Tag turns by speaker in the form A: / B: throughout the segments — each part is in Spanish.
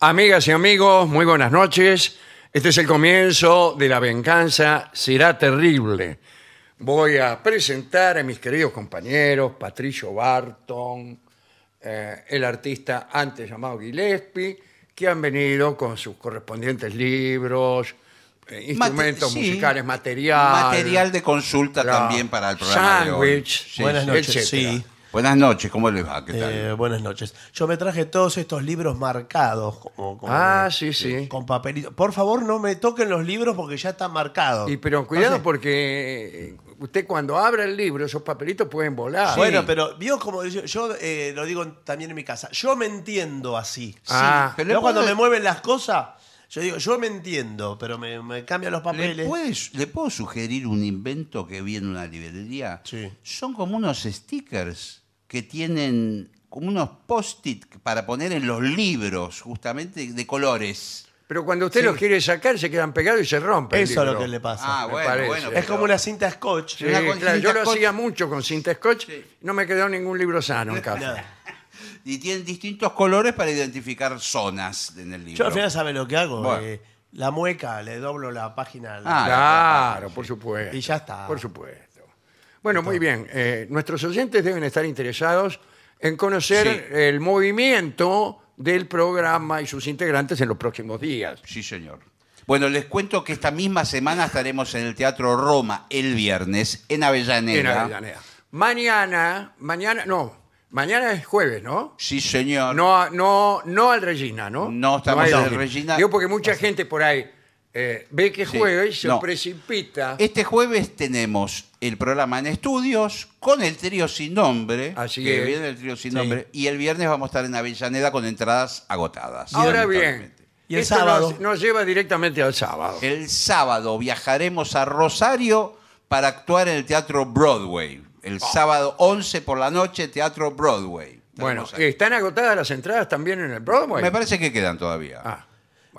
A: Amigas y amigos, muy buenas noches. Este es el comienzo de La venganza será terrible. Voy a presentar a mis queridos compañeros, Patricio Barton, eh, el artista antes llamado Gillespie, que han venido con sus correspondientes libros, eh,
B: Mate-
A: instrumentos
B: sí.
A: musicales, material.
B: Material de consulta
A: claro,
B: también para el programa de hoy.
A: sándwich.
B: Sí,
C: Buenas
B: sí.
C: noches,
A: etcétera.
C: sí.
B: Buenas noches, ¿cómo les va? ¿Qué tal?
C: Eh, buenas noches. Yo me traje todos estos libros marcados. Como, como-
A: Ah, sí, sí.
C: Con papelito. Por favor, no me toquen los libros porque ya están marcados.
A: Y pero cuidado
C: Entonces-
A: porque eh, usted cuando abra el libro esos papelitos pueden volar.
C: ah, Bueno, pero vio como yo, yo, eh, lo digo en- también en mi casa. Yo me entiendo así.
A: Ah.
B: pero
C: Yo
B: le
C: cuando
B: puedo-
C: me mueven las cosas, yo digo, yo me entiendo, pero me, me cambian los
B: ¿Le,
C: papeles.
B: puedes- ¿Le puedo sugerir un invento que vi en una librería?
C: Sí.
B: Son como unos stickers que tienen como unos post-it para poner en los libros, justamente de colores.
A: Pero cuando usted los quiere sacar se quedan pegados y se rompen.
C: Eso es lo que le pasa.
B: Ah,
A: me
B: bueno,
A: parece.
B: bueno.
C: es como una cinta scotch.
B: una con
A: yo lo
B: cinta
A: hacía mucho con cinta scotch, no me quedó ningún libro sano en casa.
C: Nada.
B: Y tienen distintos colores para identificar zonas en el libro.
C: Yo al final, ¿sabe lo que hago?
B: Bueno.
C: Eh, la mueca, le doblo la página. al-
B: Ah,
A: Claro, por supuesto.
C: Y ya está.
A: Por supuesto. Bueno, muy bien. eh, nuestros oyentes deben estar interesados en conocer
B: Sí.
A: el movimiento del programa y sus integrantes en los próximos días.
B: Sí, señor. Bueno, les cuento que esta misma semana estaremos en el Teatro Roma el viernes en Avellaneda.
A: En Avellaneda. Mañana, mañana, no, mañana es jueves, ¿no?
B: Sí, señor.
A: No, a- no, no al Regina, ¿no?
B: No estamos
A: hay
B: en el Regina.
A: Digo porque mucha gente por ahí eh, ve que
B: Sí,
A: juega y se
B: no.
A: precipita.
B: Este jueves tenemos el programa en estudios con el trío sin nombre.
A: Así
B: que
A: es.
B: viene el trío sin nombre. Y el viernes vamos a estar en Avellaneda con entradas agotadas.
A: Ahora bien,
B: lamentablemente.
C: Y el
A: esto
C: sábado.
A: nos, nos lleva directamente al sábado.
B: El sábado viajaremos a Rosario para actuar en el Teatro Broadway. El
A: Ah.
B: sábado 11 por la noche, Teatro Broadway.
A: Bueno,
B: Estaremos ahí.
A: ¿están agotadas las entradas también en el Broadway?
B: me parece que quedan todavía.
A: Ah,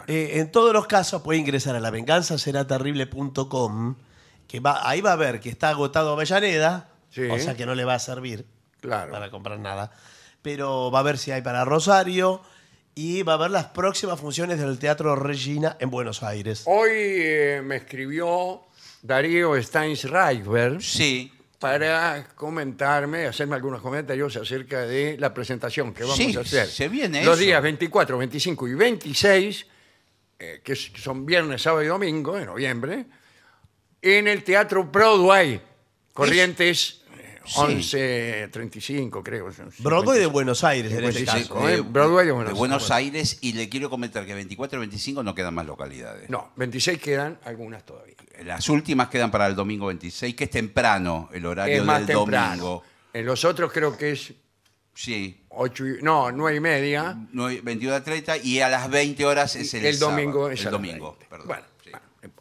C: Eh, en todos los casos puede ingresar a lavenganzaseraterrible.com, que va, ahí va a ver que está agotado Avellaneda,
A: Sí.
C: o sea que no le va a servir
A: Claro.
C: para comprar nada, pero va a ver si hay para Rosario y va a ver las próximas funciones del Teatro Regina en Buenos Aires.
A: hoy eh, me escribió Darío Steinsreiber
B: Sí.
A: para comentarme, hacerme algunos comentarios acerca de la presentación que vamos
B: Sí,
A: a hacer.
B: se viene
A: Los
B: eso.
A: días 24, 25 y 26, eh, que s- son viernes, sábado y domingo de noviembre, en el Teatro Broadway, Corrientes eh,
B: Sí.
A: 1135, creo. son
C: Broadway de
A: 55.
C: Buenos Aires, en este
A: Sí,
C: caso.
A: sí, con el Broadway de Buenos
B: ¿eh? Aires. Y le quiero comentar que 24 y 25 no quedan más localidades.
A: No, 26 quedan algunas todavía.
B: Las últimas quedan para el domingo 26, que es temprano el horario
A: Es más
B: del
A: temprano.
B: domingo.
A: En los otros creo que es
B: Sí.
A: 8 y, no, 9 y media.
B: 9, 21 a 30 y a las 20 horas es el,
A: El
B: sábado.
A: domingo es a
B: el
A: las
B: domingo,
A: 20.
B: perdón.
A: Bueno,
B: Sí.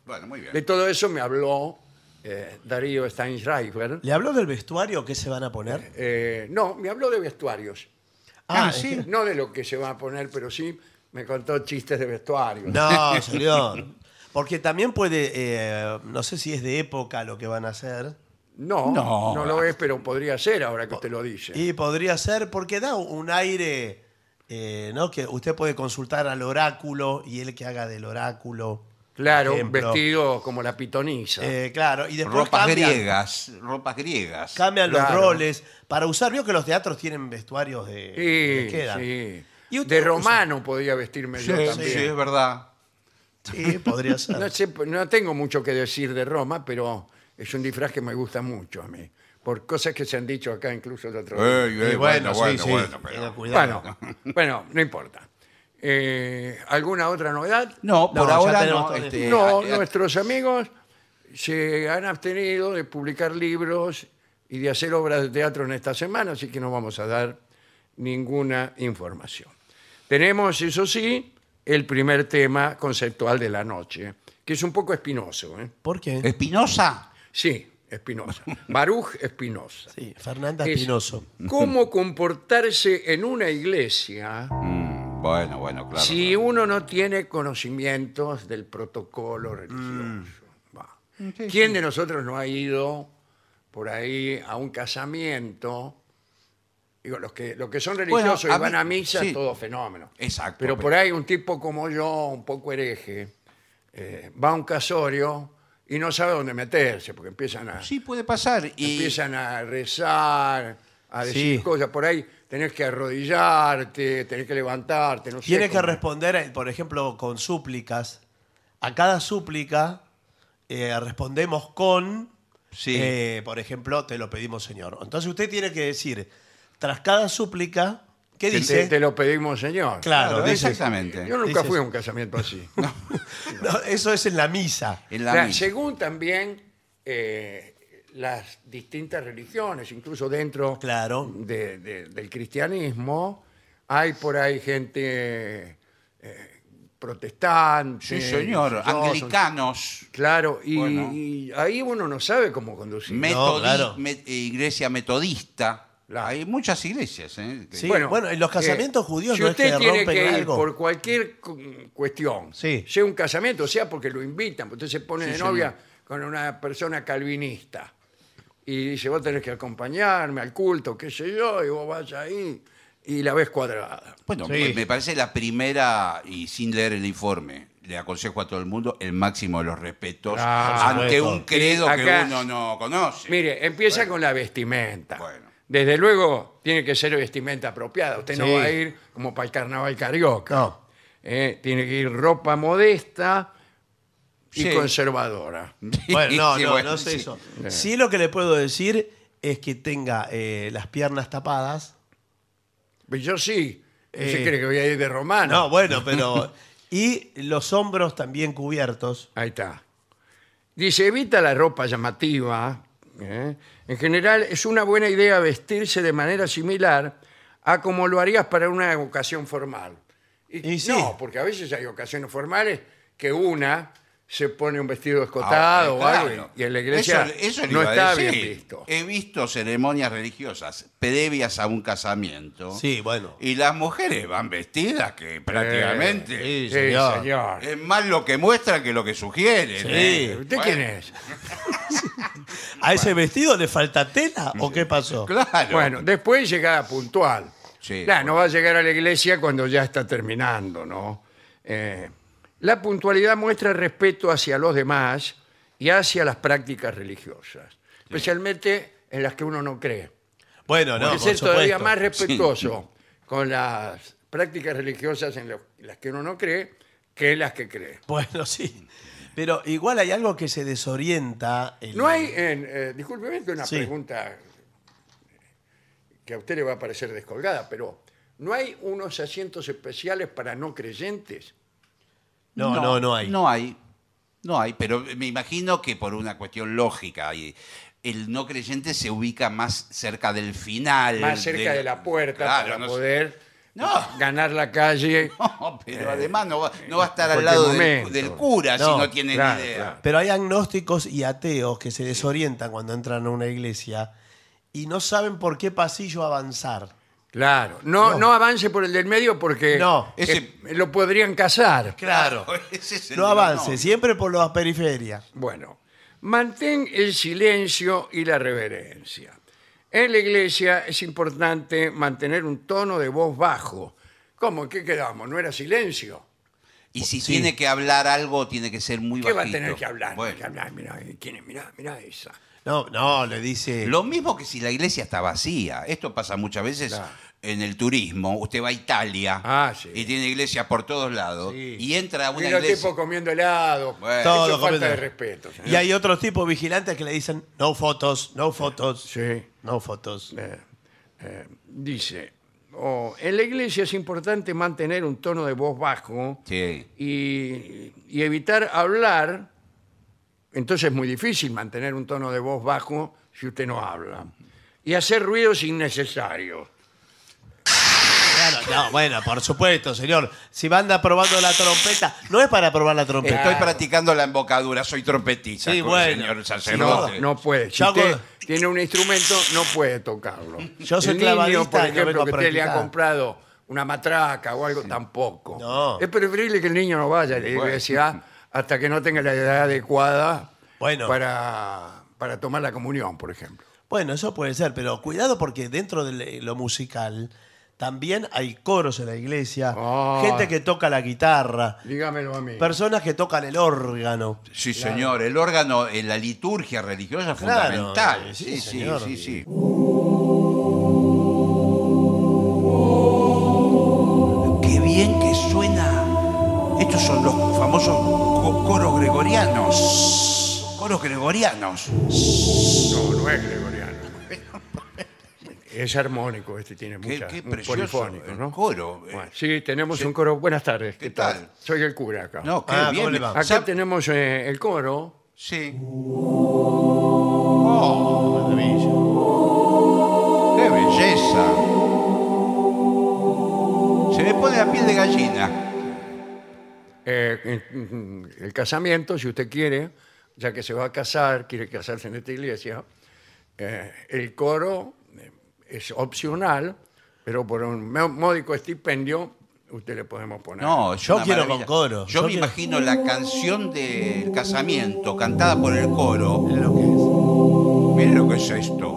B: Bueno, muy
A: De
B: bien.
A: todo eso me habló eh, Darío Steinschreiber.
C: ¿Le habló del vestuario que se van a poner?
A: Eh, no, me habló de vestuarios.
B: Ah,
C: es
B: sí.
C: que-
A: No de lo que se va a poner, pero sí me contó chistes de vestuarios.
C: No, señor. Porque también puede, eh, no sé si es de época lo que van a hacer.
A: No, no,
B: No.
A: lo es, pero podría ser ahora que usted lo dice.
C: Y podría ser, porque da un aire, eh, ¿no? Que usted puede consultar al oráculo y él que haga del oráculo. por
A: claro, un
C: ejemplo.
A: vestido como la pitonisa.
C: Eh, claro, y después
B: Ropas
C: cambian,
B: griegas, ropas griegas.
C: cambian
A: Claro.
C: los roles para usar. Vio que los teatros tienen vestuarios de.
A: sí,
C: que quedan.
A: sí.
C: Y
A: de
C: usted usa-
A: romano podía vestirme
B: Sí,
A: yo
B: sí,
A: también.
B: es verdad.
C: Sí, podría ser.
A: No, sé, no tengo mucho que decir de Roma, pero es un disfraz que me gusta mucho a mí. Por cosas que se han dicho acá incluso el otro día.
B: Ey,
C: Y
B: ey,
C: sí, sí,
B: pero-
C: tenga cuidado.
A: Bueno, bueno, no importa. Eh, ¿Alguna otra novedad?
B: No, por
C: No, ya
B: ahora
C: tenemos
B: no.
C: todo
B: este,
A: No,
B: a- a-
A: nuestros amigos se han abstenido de publicar libros y de hacer obras de teatro en esta semana, así que no vamos a dar ninguna información. Tenemos, eso sí, el primer tema conceptual de la noche, que es un poco espinoso. ¿eh?
C: ¿Por qué?
B: Espinosa.
A: Sí, Espinosa. Baruch Espinosa.
C: Sí, Fernanda
A: Es
C: Espinoso.
A: ¿Cómo comportarse en una iglesia
B: Mm, bueno, bueno, claro.
A: si uno no tiene conocimientos del protocolo
B: Mm.
A: religioso? Va. ¿Quién de nosotros no ha ido por ahí a un casamiento Digo, los que, los que son
B: Bueno,
A: religiosos
B: a
A: y van
B: mí-
A: a misa,
B: sí.
A: todo fenómeno.
B: Exacto,
A: Pero
B: pero-
A: por ahí un tipo como yo, un poco hereje, eh, va a un casorio y no sabe dónde meterse, porque empiezan a,
B: Sí, puede pasar. Y
A: empiezan a rezar, a decir
C: Sí.
A: cosas. Por ahí tenés que arrodillarte, tenés que levantarte, no sé
C: Tiene que
A: cómo.
C: responder, eh, por ejemplo, con súplicas. A cada súplica eh, respondemos con,
B: Sí.
C: eh, por ejemplo, te lo pedimos, Señor. Entonces usted tiene que decir, tras cada súplica, ¿qué
A: Te-
C: dice?
A: Te, lo pedimos, señor.
C: Claro,
B: Claro,
C: dice-
B: exactamente.
A: Yo nunca
C: Dices-
A: fui a un casamiento así.
C: No, eso es en la misa.
B: En la
A: O sea,
B: misa.
A: según también eh, las distintas religiones, incluso dentro
C: Claro.
A: de- de- del cristianismo, hay por ahí gente eh, protestante.
B: Sí, señor.
A: religiosos,
B: Anglicanos.
A: Claro, y,
B: Bueno.
A: y ahí uno no sabe cómo conducir.
B: metodi-
C: claro.
B: me- eh, iglesia metodista.
A: Claro.
B: Hay muchas iglesias. ¿eh?
C: Sí. bueno, en los casamientos judíos
A: si
C: no es
A: usted
C: que
A: tiene
C: rompen
A: que ir
C: algo.
A: por cualquier cu- cuestión,
C: Sí.
A: sea un casamiento, sea porque lo invitan, usted se pone
B: Sí,
A: de
B: señor.
A: novia con una persona calvinista y dice, vos tenés que acompañarme al culto, qué sé yo, y vos vas ahí y la ves cuadrada.
B: Bueno,
C: Sí.
B: me- me parece la primera, y sin leer el informe, le aconsejo a todo el mundo el máximo de los respetos
A: Claro,
C: Ah, por
B: ante
C: supuesto.
B: un credo que
A: Acá-
B: uno no conoce.
A: Mire, empieza con la vestimenta.
B: Bueno.
A: Desde luego, tiene que ser vestimenta apropiada. Usted no
C: Sí.
A: va a ir como para el carnaval carioca.
C: No.
A: Eh, tiene que ir ropa modesta y
B: Sí.
A: conservadora.
C: Bueno, no,
B: Sí,
C: no,
B: bueno,
C: no sé
B: sí. Eh.
C: eso. Sí lo que le puedo decir es que tenga eh, las piernas tapadas.
A: Pues Yo sí. ¿Se
C: Eh,
A: cree que voy a ir de
B: Ah,
A: romano?
C: No, bueno, pero... y los hombros también cubiertos.
A: Ahí está. Dice, evita la ropa llamativa. ¿eh? En general, es una buena idea vestirse de manera similar a como lo harías para una ocasión formal. Y,
C: Y sí.
A: No, porque a veces hay ocasiones formales que una se pone un vestido escotado o algo,
B: Ah, eh, Claro.
A: y en la iglesia
B: Eso- eso le
A: no
B: iba a
A: está
B: decir.
A: bien visto.
B: He visto ceremonias religiosas previas a un casamiento.
C: Sí, bueno.
B: Oh. Y las mujeres van vestidas que prácticamente
C: sí,
A: Sí,
C: señor.
A: señor.
B: es más lo que muestran que lo que sugieren.
C: Sí.
B: ¿eh?
A: ¿Usted
B: Bueno,
A: quién es?
C: ¿A ese vestido le falta tela o qué pasó?
B: Claro.
A: Bueno, después llegada puntual.
B: Sí,
A: Claro, no va a llegar a la iglesia cuando ya está terminando, ¿no? Eh, la puntualidad muestra respeto hacia los demás y hacia las prácticas religiosas, especialmente en las que uno no cree.
C: Bueno, no,
A: Hay que
C: por
A: ser todavía
C: supuesto.
A: más respetuoso con las prácticas religiosas en lo- las que uno no cree que en las que cree.
C: Bueno, sí. Pero igual hay algo que se desorienta. el-
A: No hay, en, eh, discúlpeme que una
C: Sí.
A: pregunta que a usted le va a parecer descolgada, pero ¿no hay unos asientos especiales para no creyentes?
C: No, no, no, hay.
B: No hay. No hay, pero me imagino que por una cuestión lógica. y El no creyente se ubica más cerca del final.
A: Más cerca de, la puerta
B: Claro,
A: para
B: no sé.
A: poder
B: No.
A: ganar la calle.
B: No, pero además no va, no va a estar
A: Eh, en
B: al lado
A: cualquier
B: del,
A: momento.
B: del cura
C: No,
B: si no tiene
A: claro,
B: ni idea.
A: claro.
C: Pero hay agnósticos y ateos que se desorientan cuando entran a una iglesia y no saben por qué pasillo avanzar.
A: Claro, no, no.
C: No.
A: avance por el del medio porque
C: No,
A: eh,
B: ese-
A: lo podrían cazar.
C: Claro.
B: Ese es el
C: No avance,
B: menor.
C: siempre por las periferias.
A: Bueno, mantén el silencio y la reverencia. En la iglesia es importante mantener un tono de voz bajo. ¿Cómo? ¿Qué quedamos? ¿No era silencio?
B: Y si
C: Sí.
B: tiene que hablar algo, tiene que ser muy
A: ¿Qué va a
B: bajito.
A: tener que hablar?
B: Bueno,
A: Que hablar, mirá, eh, ¿quién es? Mirá, mirá esa.
C: No, no, le dice.
B: Lo mismo que si la iglesia está vacía. Esto pasa muchas veces
A: Claro.
B: en el turismo. Usted va a Italia
A: Ah, sí.
B: y tiene iglesias por todos lados.
A: Sí.
B: Y entra a
A: Y
B: una
A: los
B: iglesia.
A: tipos comiendo helado.
B: Bueno.
A: Eso
C: Todo
A: es falta
C: comiendo.
A: de respeto. señor.
C: Y hay otros tipos vigilantes que le dicen, no fotos, no fotos,
A: Sí.
C: no fotos.
A: Eh, eh, dice, oh, en la iglesia es importante mantener un tono de voz bajo
B: Sí.
A: y, y evitar hablar. Entonces es muy difícil mantener un tono de voz bajo si usted no habla. Y hacer ruidos innecesarios.
C: Claro, no, bueno, por supuesto, señor. Si anda probando la trompeta, no es para probar la trompeta.
B: Estoy practicando la embocadura, soy trompetista.
C: Sí,
B: con el
C: bueno.
B: Señor
A: No,
B: sacerdote.
A: no puede. Si
C: Yo
A: usted
C: hago-
A: tiene un instrumento, no puede tocarlo.
C: Yo soy
A: El niño,
C: clavadista
A: por
C: y no vengo
A: ejemplo,
C: a
A: que usted le ha
C: practicar.
A: comprado una matraca o algo, tampoco.
C: No.
A: Es preferible que el niño no vaya a la
B: Bueno.
A: iglesia hasta que no tenga la edad adecuada
C: Bueno.
A: para, para tomar la comunión, por ejemplo.
C: Bueno, eso puede ser, pero cuidado porque dentro de lo musical también hay coros en la iglesia,
A: Ah.
C: gente que toca la guitarra,
A: Dígamelo a mí.
C: personas que tocan el órgano.
B: Sí, señor, el órgano, eh, la liturgia religiosa es
C: Claro,
B: fundamental.
C: eh, sí,
B: sí, sí,
C: señor.
B: sí, sí. Qué bien que suena. Estos son los famosos co- coros gregorianos. Coros gregorianos.
A: No, no es gregoriano. Es armónico, este tiene
B: Qué-
A: muchas,
B: qué
A: muy
B: precioso
A: polifónico,
B: el
A: ¿no?
B: coro. eh.
A: Bueno, sí, tenemos un coro. Buenas tardes. ¿Qué,
B: ¿Qué
A: tal?
B: tal?
A: Soy el cura acá.
B: No, qué
C: Ah, ¿cómo
B: bien.
C: le va?
A: acá
B: Sa-
A: tenemos eh, el coro.
B: Sí. Oh,
C: Maravilla.
B: ¡Qué belleza! Se me pone la piel de gallina.
A: eh, en- en- el casamiento, si usted quiere, ya que se va a casar, quiere casarse en esta iglesia, eh, el coro eh, es opcional, pero por un mo- módico estipendio usted le podemos poner.
B: No, es
C: Yo
B: una
C: quiero
B: maravilla.
C: con coro.
B: Yo,
C: Yo
B: me
C: quiero-
B: imagino la canción del casamiento cantada por el coro.
C: Mira lo que es.
B: Mire lo que es esto.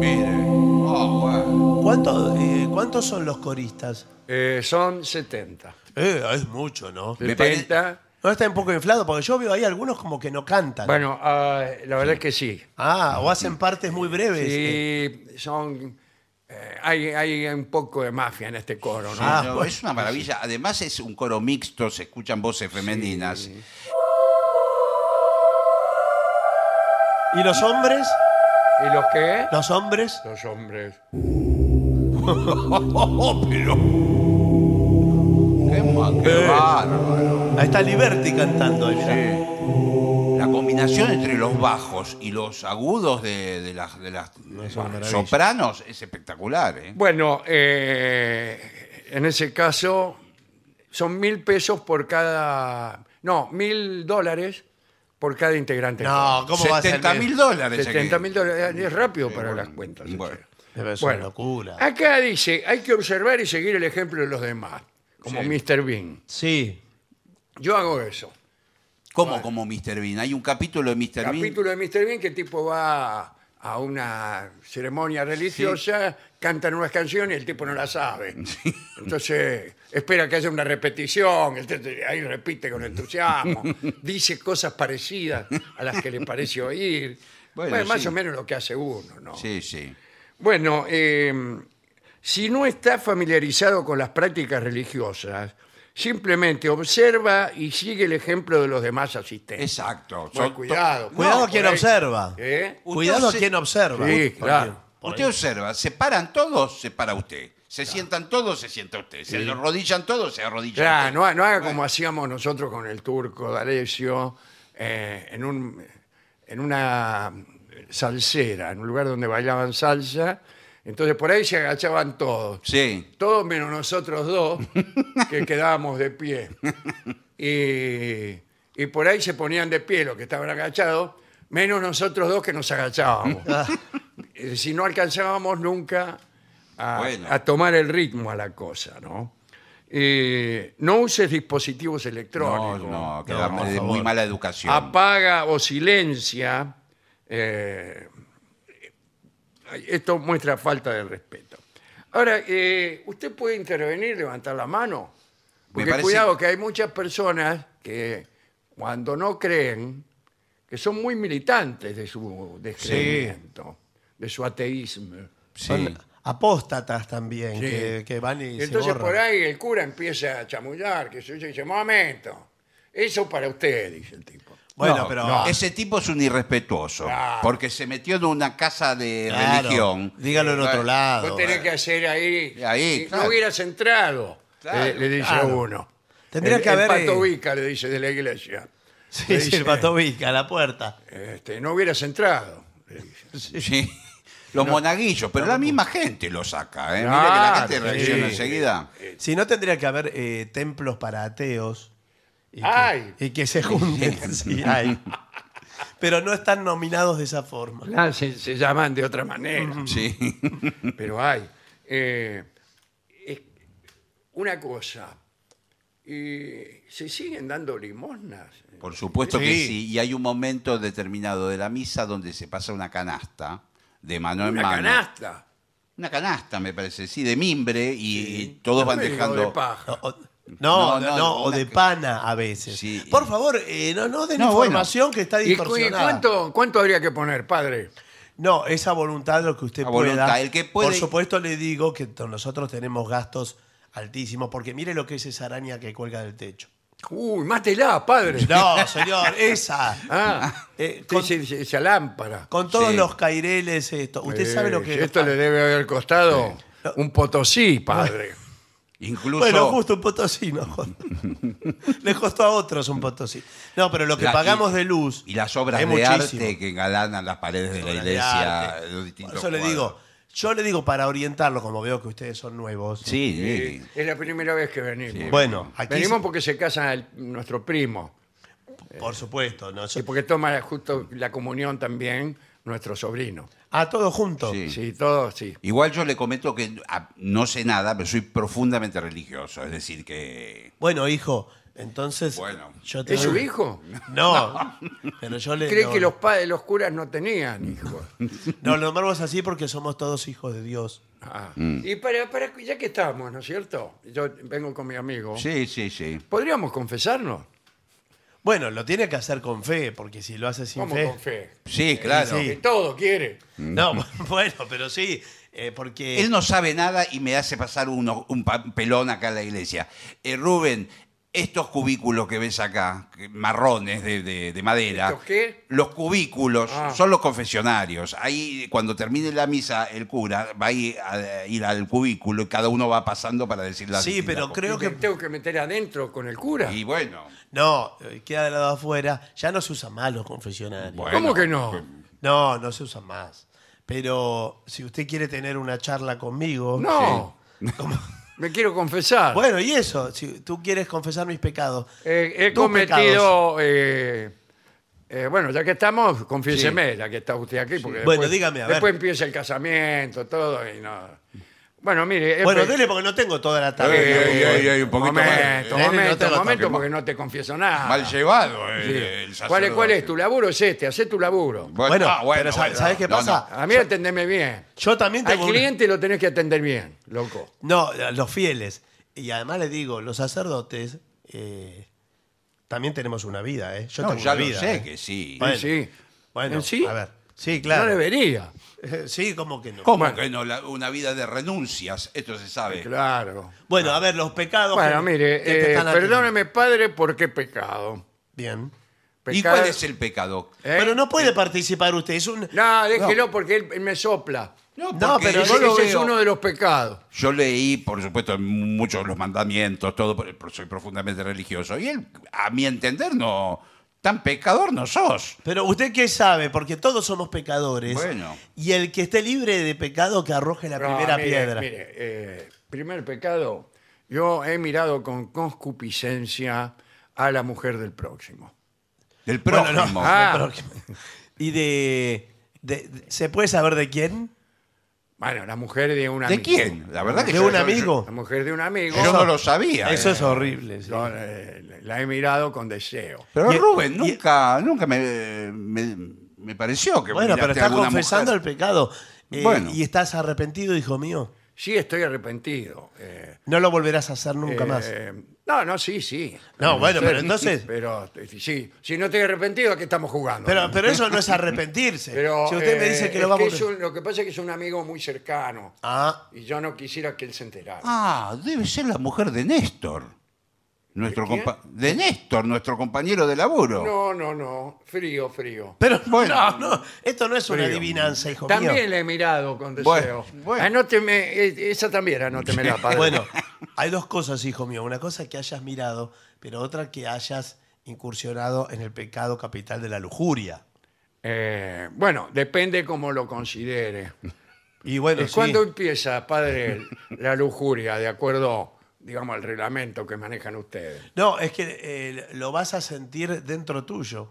B: Mire. Oh, bueno.
C: ¿Cuánto, eh, ¿Cuántos son los coristas?
A: Eh, son 70.
C: Eh, es mucho, ¿no?
B: Me pare-
A: 70.
C: ¿No está un poco inflado? Porque yo veo ahí algunos como que no cantan.
A: Bueno, ah, la verdad es que sí.
C: Ah, o hacen partes muy breves. Eh,
A: Sí, son. eh, hay, hay un poco de mafia en este coro, ¿no?
C: Ah,
B: No,
C: bueno.
B: es una maravilla. Además es un coro mixto, se escuchan voces femeninas.
C: ¿Y los hombres?
A: ¿Y los qué?
C: ¿Los hombres?
A: Los hombres.
B: Qué ma- qué
C: Eh.
B: bárbaro.
C: Ahí está Liberty cantando. ahí, mirá.
B: La combinación entre los bajos y los agudos de, de las, de las
C: es una maravilla.
B: sopranos es espectacular. ¿eh?
A: Bueno, eh, en ese caso son mil pesos por cada. No, mil dólares por cada integrante.
C: No, ¿cómo va a ser?
B: 70 mil dólares.
A: 70 mil dólares. Es rápido para
B: bueno,
A: las cuentas.
B: bueno.
A: o sea.
C: Es
A: Bueno.
C: una locura.
A: Acá dice: hay que observar y seguir el ejemplo de los demás, como
B: Sí.
A: Mr. Bean.
C: Sí.
A: Yo hago eso.
B: ¿Cómo como Mr. Bean? Hay un capítulo de Mr. Bean.
A: capítulo de Mr. Bean que el tipo va a una ceremonia religiosa, cantan unas canciones y el tipo no las sabe. Entonces espera que haya una repetición, el tipo ahí repite con entusiasmo, dice cosas parecidas a las que le parece oír. Bueno,
B: Bueno,
A: más
B: sí.
A: o menos lo que hace uno, ¿no?
B: Sí, sí.
A: Bueno, eh, si no está familiarizado con las prácticas religiosas, simplemente observa y sigue el ejemplo de los demás asistentes.
B: Exacto.
A: Bueno,
B: Son-
A: cuidado.
C: Cuidado
A: No,
C: quien
A: por ahí-
C: observa.
A: ¿Eh?
C: Cuidado
B: se-
C: quien observa.
A: Sí,
C: Porque-
A: claro.
B: Usted observa, se paran todos, se para usted. Se sientan todos, se sienta usted. Se arrodillan todos, se arrodilla
A: Ya,
B: usted.
A: no, ha- no haga como hacíamos nosotros con el turco D'Alessio eh, en, un, en una salsera, en un lugar donde bailaban salsa. Entonces por ahí se agachaban todos.
B: Sí.
A: Todos menos nosotros dos, que quedábamos de pie. Y, y por ahí se ponían de pie los que estaban agachados, menos nosotros dos que nos agachábamos. Es decir, no alcanzábamos nunca a,
B: Bueno.
A: a tomar el ritmo a la cosa, ¿no? Eh, no uses dispositivos
B: No,
A: electrónicos.
B: no, que
C: No,
B: da-
C: por
B: es
C: favor.
B: muy mala educación.
A: Apaga o silencia. eh, esto muestra falta de respeto. Ahora, eh, usted puede intervenir, levantar la mano. Porque
B: parece-
A: cuidado que hay muchas personas que cuando no creen, que son muy militantes de su descreimiento, de su ateísmo.
B: Sí.
C: Son apóstatas también,
A: Sí.
C: que, que van y
A: Y
C: se
A: entonces
C: borran.
A: por ahí el cura empieza a chamullar, que se dice, momento, eso para usted, dice el tipo.
C: Bueno,
B: No,
C: pero...
B: no, Ese tipo es un irrespetuoso.
A: Claro.
B: Porque se metió en una casa de
C: Claro,
B: religión.
C: Dígalo en
B: Eh,
C: otro lado.
A: Vos tenés que hacer ahí,
B: Ahí,
A: y no
B: claro.
A: hubieras entrado,
B: Claro,
A: le, le dice
C: claro.
A: uno.
C: Tendría
A: El-
C: que haber,
A: El pato
C: eh,
A: Vica le dice de la iglesia.
C: Sí, sí,
A: dice-
C: el patobica, la puerta.
A: Este, no hubieras entrado. le dice.
B: Sí. Los monaguillos, pero la misma gente lo saca. ¿eh? Mira que
A: Claro,
B: la gente reacciona
A: sí.
B: enseguida.
C: Si no, tendría que haber eh, templos para ateos. Y
A: Ay.
C: Que, y que se junten. sí, hay. Pero no están nominados de esa forma.
A: Ah, se, se llaman de otra manera,
B: Sí.
A: pero hay. Eh, es- una cosa, y se siguen dando limosnas.
B: Por supuesto que
C: Sí.
B: sí. Y hay un momento determinado de la misa donde se pasa una canasta de mano en
A: Una
B: mano.
A: canasta.
B: Una canasta, me parece, sí, de mimbre y, y
A: No
B: todos van
A: me diga de
B: dejando.
A: paja.
C: O-
B: No,
C: no, no,
B: no,
C: no, o
B: una
C: de
B: que-
C: pana a veces.
B: Sí.
C: Por favor, eh, no, no den
B: No, bueno.
C: información que está
A: ¿Y cu- y
C: distorsionada.
A: cuánto, cuánto habría que poner, padre?
C: No, esa voluntad lo que usted
B: La
C: pueda.
B: voluntad, el que puede-
C: Por supuesto le digo que to- nosotros tenemos gastos altísimos, porque mire lo que es esa araña que cuelga del techo.
A: Uy, mátela, padre.
C: No, señor, esa.
A: Ah,
C: Eh,
A: sí,
C: con,
A: sí, sí, esa lámpara.
C: con todos
B: Sí.
C: los caireles, esto. Usted sabe lo
A: Eh,
C: que
A: si Esto le debe haber costado
C: No.
A: un potosí, padre.
B: Incluso
C: Bueno, justo un potosino. le costó a otros un potosí. No, pero lo que
B: La- y-
C: pagamos de luz.
B: y las obras de
C: es muchísimo.
B: arte que engalanan las paredes de la
C: Obras de
B: iglesia.
C: arte.
B: los distintos
C: Por eso le
B: cuadros.
C: digo, yo le digo para orientarlo, como veo que ustedes son nuevos.
B: Sí, sí.
A: Eh, es la primera vez que venimos.
C: Bueno, aquí
A: venimos porque se casa el- nuestro primo
C: por supuesto, ¿no?
A: y porque toma justo la comunión también nuestro sobrino.
C: a todos juntos.
B: Sí.
A: Sí, todos, sí.
B: Igual yo le comento que ah, no sé nada, pero soy profundamente religioso. Es decir, que.
C: Bueno, hijo, entonces
B: Bueno.
C: yo te
A: ¿Es
C: doy-
A: su hijo?
C: No, pero yo le
A: Cree
C: no,
A: que los padres, los curas no tenían hijos.
C: no, lo nombramos así porque somos todos hijos de Dios.
A: Ah.
C: Mm.
A: Y para, para, ya que estamos, ¿no es cierto? Yo vengo con mi amigo.
B: Sí, sí, sí.
A: ¿Podríamos confesarnos?
C: Bueno, lo tiene que hacer con fe, porque si lo hace sin
A: Vamos
C: fe.
A: con fe.
B: Sí, claro.
C: Eh, Sí.
A: Que todo quiere.
C: No, bueno, pero sí, eh, porque
B: Él no sabe nada y me hace pasar uno- un pa- pelón acá en la iglesia. Eh, Rubén, estos cubículos que ves acá, que- marrones de, de- de madera.
A: ¿Estos qué?
B: Los cubículos
A: Ah.
B: son los confesionarios. Ahí, cuando termine la misa, el cura va a ir, a- ir al cubículo y cada uno va pasando para decir las
C: Sí,
B: distintas
C: pero
B: cosas.
C: Creo
A: Y te-
C: que-
A: tengo que meter adentro con el cura.
B: Y bueno,
C: no, eh, queda de lado afuera, ya no se usan más los confesionarios.
B: bueno. pues,
A: ¿Cómo que no?
C: No, no se usan más. Pero si usted quiere tener una charla conmigo.
A: No.
C: Sí. Como-
A: Me quiero confesar.
C: Bueno, y eso, si tú quieres confesar mis pecados.
A: Eh, he
C: Tus pecados.
A: cometido. eh, eh, bueno, ya que estamos, confiéseme, ya que está usted aquí. Porque
C: Bueno,
A: después-
C: dígame, a ver.
A: Después empieza el casamiento, todo y no. Bueno, mire. he
C: Bueno,
A: pe-
C: dele porque no tengo toda la
A: Eh,
C: tarde.
B: Ey,
A: eh,
B: ey, ey, un poquito más.
A: momento,
C: Eh, no
A: momento,
C: te lo
A: momento,
C: toque,
A: porque no te confieso nada.
B: mal llevado el,
A: Sí.
B: el
A: ¿Cuál, es,
B: sacerdote.
A: ¿Cuál es? Tu laburo es este, hacé tu laburo.
B: Bueno,
C: Bueno,
B: ah, bueno,
C: pero sa-
B: bueno,
C: ¿sabes qué
B: no,
C: pasa?
A: A mí atendeme bien.
C: Yo también
A: Al
C: tengo. un-
A: cliente lo tenés que atender bien, loco.
C: No, a los fieles. Y además les digo, los sacerdotes eh, también tenemos una vida, ¿eh? Yo
B: No,
C: tengo
B: ya
C: una
B: lo
C: vida.
B: sé
C: ¿eh?
B: que sí.
C: Bueno,
A: sí.
C: Bueno,
A: ¿En ¿Eh, sí?
C: a ver. Sí,
A: No
C: claro.
A: debería.
C: sí, como que no.
B: ¿Cómo que no? La- una vida de renuncias, esto se sabe.
A: Claro.
C: Bueno, a ver, los pecados.
A: Bueno,
C: que-
A: mire,
C: que te
A: eh,
C: están haciendo.
A: perdóneme, padre, porque pecado.
C: Bien.
B: ¿Y
A: Pecado-
B: cuál es el pecado?
A: ¿Eh?
C: Pero no puede participar usted, es un...
A: No, déjelo porque él, él me sopla.
C: No,
B: porque
A: Pero
B: ese-
C: pero
A: ese,
C: yo lo
A: ese es
C: veo.
A: uno de los pecados.
B: Yo leí, por supuesto, en muchos de los mandamientos, todo, por- por- soy profundamente religioso. Y él, a mi entender, no. Tan pecador no sos.
C: Pero usted qué sabe, porque todos somos pecadores.
B: Bueno.
C: Y el que esté libre de pecado que arroje la
A: No,
C: primera
A: mire,
C: piedra.
A: mire, eh, primer pecado, yo he mirado con concupiscencia a la mujer del próximo.
B: Del
C: Bueno,
B: prójimo.
C: no,
A: Ah.
C: del prójimo. Y de, de- de- ¿Se puede saber de quién?
A: Bueno, la mujer de un amigo.
B: ¿De quién? La verdad que
C: ¿De
B: yo,
C: un
B: yo-
C: amigo?
A: La mujer de un
B: yo-
A: amigo.
B: Yo, no lo sabía.
C: Eso
B: eh.
C: es horrible. sí.
A: Yo, eh, la he mirado con deseo.
B: Pero
C: Y-
B: Rubén,
C: y-
B: nunca, nunca me, me, me pareció que
C: Bueno, pero
B: miraste a
C: está
B: alguna
C: confesando
B: mujer.
C: el pecado. Eh,
B: Bueno.
C: Y estás arrepentido, hijo mío.
A: Sí, estoy arrepentido. eh,
C: No lo volverás a hacer nunca
A: eh,
C: más.
A: No, no, sí, sí.
C: No, bueno,
A: Sí,
C: pero entonces-
A: Pero eh, sí, si no estoy arrepentido, ¿a qué estamos jugando?
C: Pero, pero eso no es arrepentirse.
A: Pero,
C: si usted me
A: eh,
C: dice que
A: es
C: lo vamos
A: es un- lo que pasa es que es un amigo muy cercano
C: Ah,
A: y yo no quisiera que él se enterara.
B: Ah, debe ser la mujer de Néstor. Nuestro
A: ¿De quién?
B: compa- de Néstor, nuestro compañero de laburo.
A: No, no, no. Frío, frío.
C: pero
B: Bueno.
C: no, no, esto no es una
A: Frío.
C: adivinanza, hijo mío.
A: También le he mirado con deseo.
B: Bueno, bueno.
A: Anóteme, eh, esa también anótemela, padre.
C: Bueno, hay dos cosas, hijo mío. Una cosa que hayas mirado, pero otra que hayas incursionado en el pecado capital de la lujuria.
A: Eh, bueno, depende cómo lo considere.
C: Y bueno,
A: ¿Y
C: sí.
A: ¿Cuándo empieza, padre, la lujuria, de acuerdo, digamos, al reglamento que manejan ustedes?
C: No, es que eh, lo vas a sentir dentro tuyo.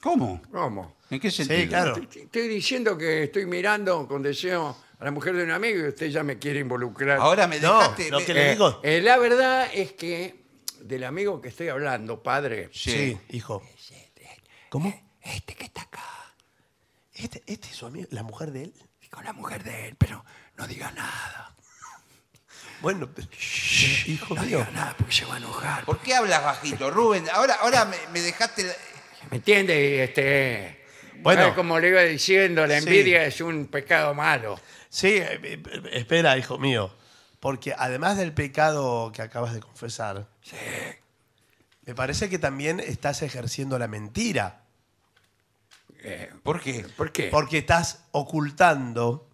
B: ¿Cómo?
A: ¿Cómo?
B: ¿En qué sentido?
C: claro.
A: Estoy diciendo que estoy mirando con deseo a la mujer de un amigo y usted ya me quiere involucrar.
B: Ahora me
C: No,
B: dejaste.
C: lo
B: me-
C: que le- digo.
A: eh, la verdad es que del amigo que estoy hablando, padre.
B: Sí.
C: hijo. ¿Cómo?
A: Este que está acá,
C: ¿Este, este es su amigo? ¿La mujer de él?
A: y con la mujer de él, pero no diga nada.
C: Bueno, pero- hijo
A: No
C: mío.
A: diga nada porque se va a enojar.
B: ¿Por qué hablas bajito, Rubén? Ahora, ahora me, me dejaste. la-
A: ¿Me entiende? Este,
C: Bueno.
A: bueno, como le iba diciendo, la
C: Sí.
A: envidia es un pecado malo.
C: Sí, eh, eh, espera, hijo mío. Porque además del pecado que acabas de confesar, me parece que también estás ejerciendo la mentira.
B: ¿Por qué?
A: ¿Por qué?
C: Porque estás ocultando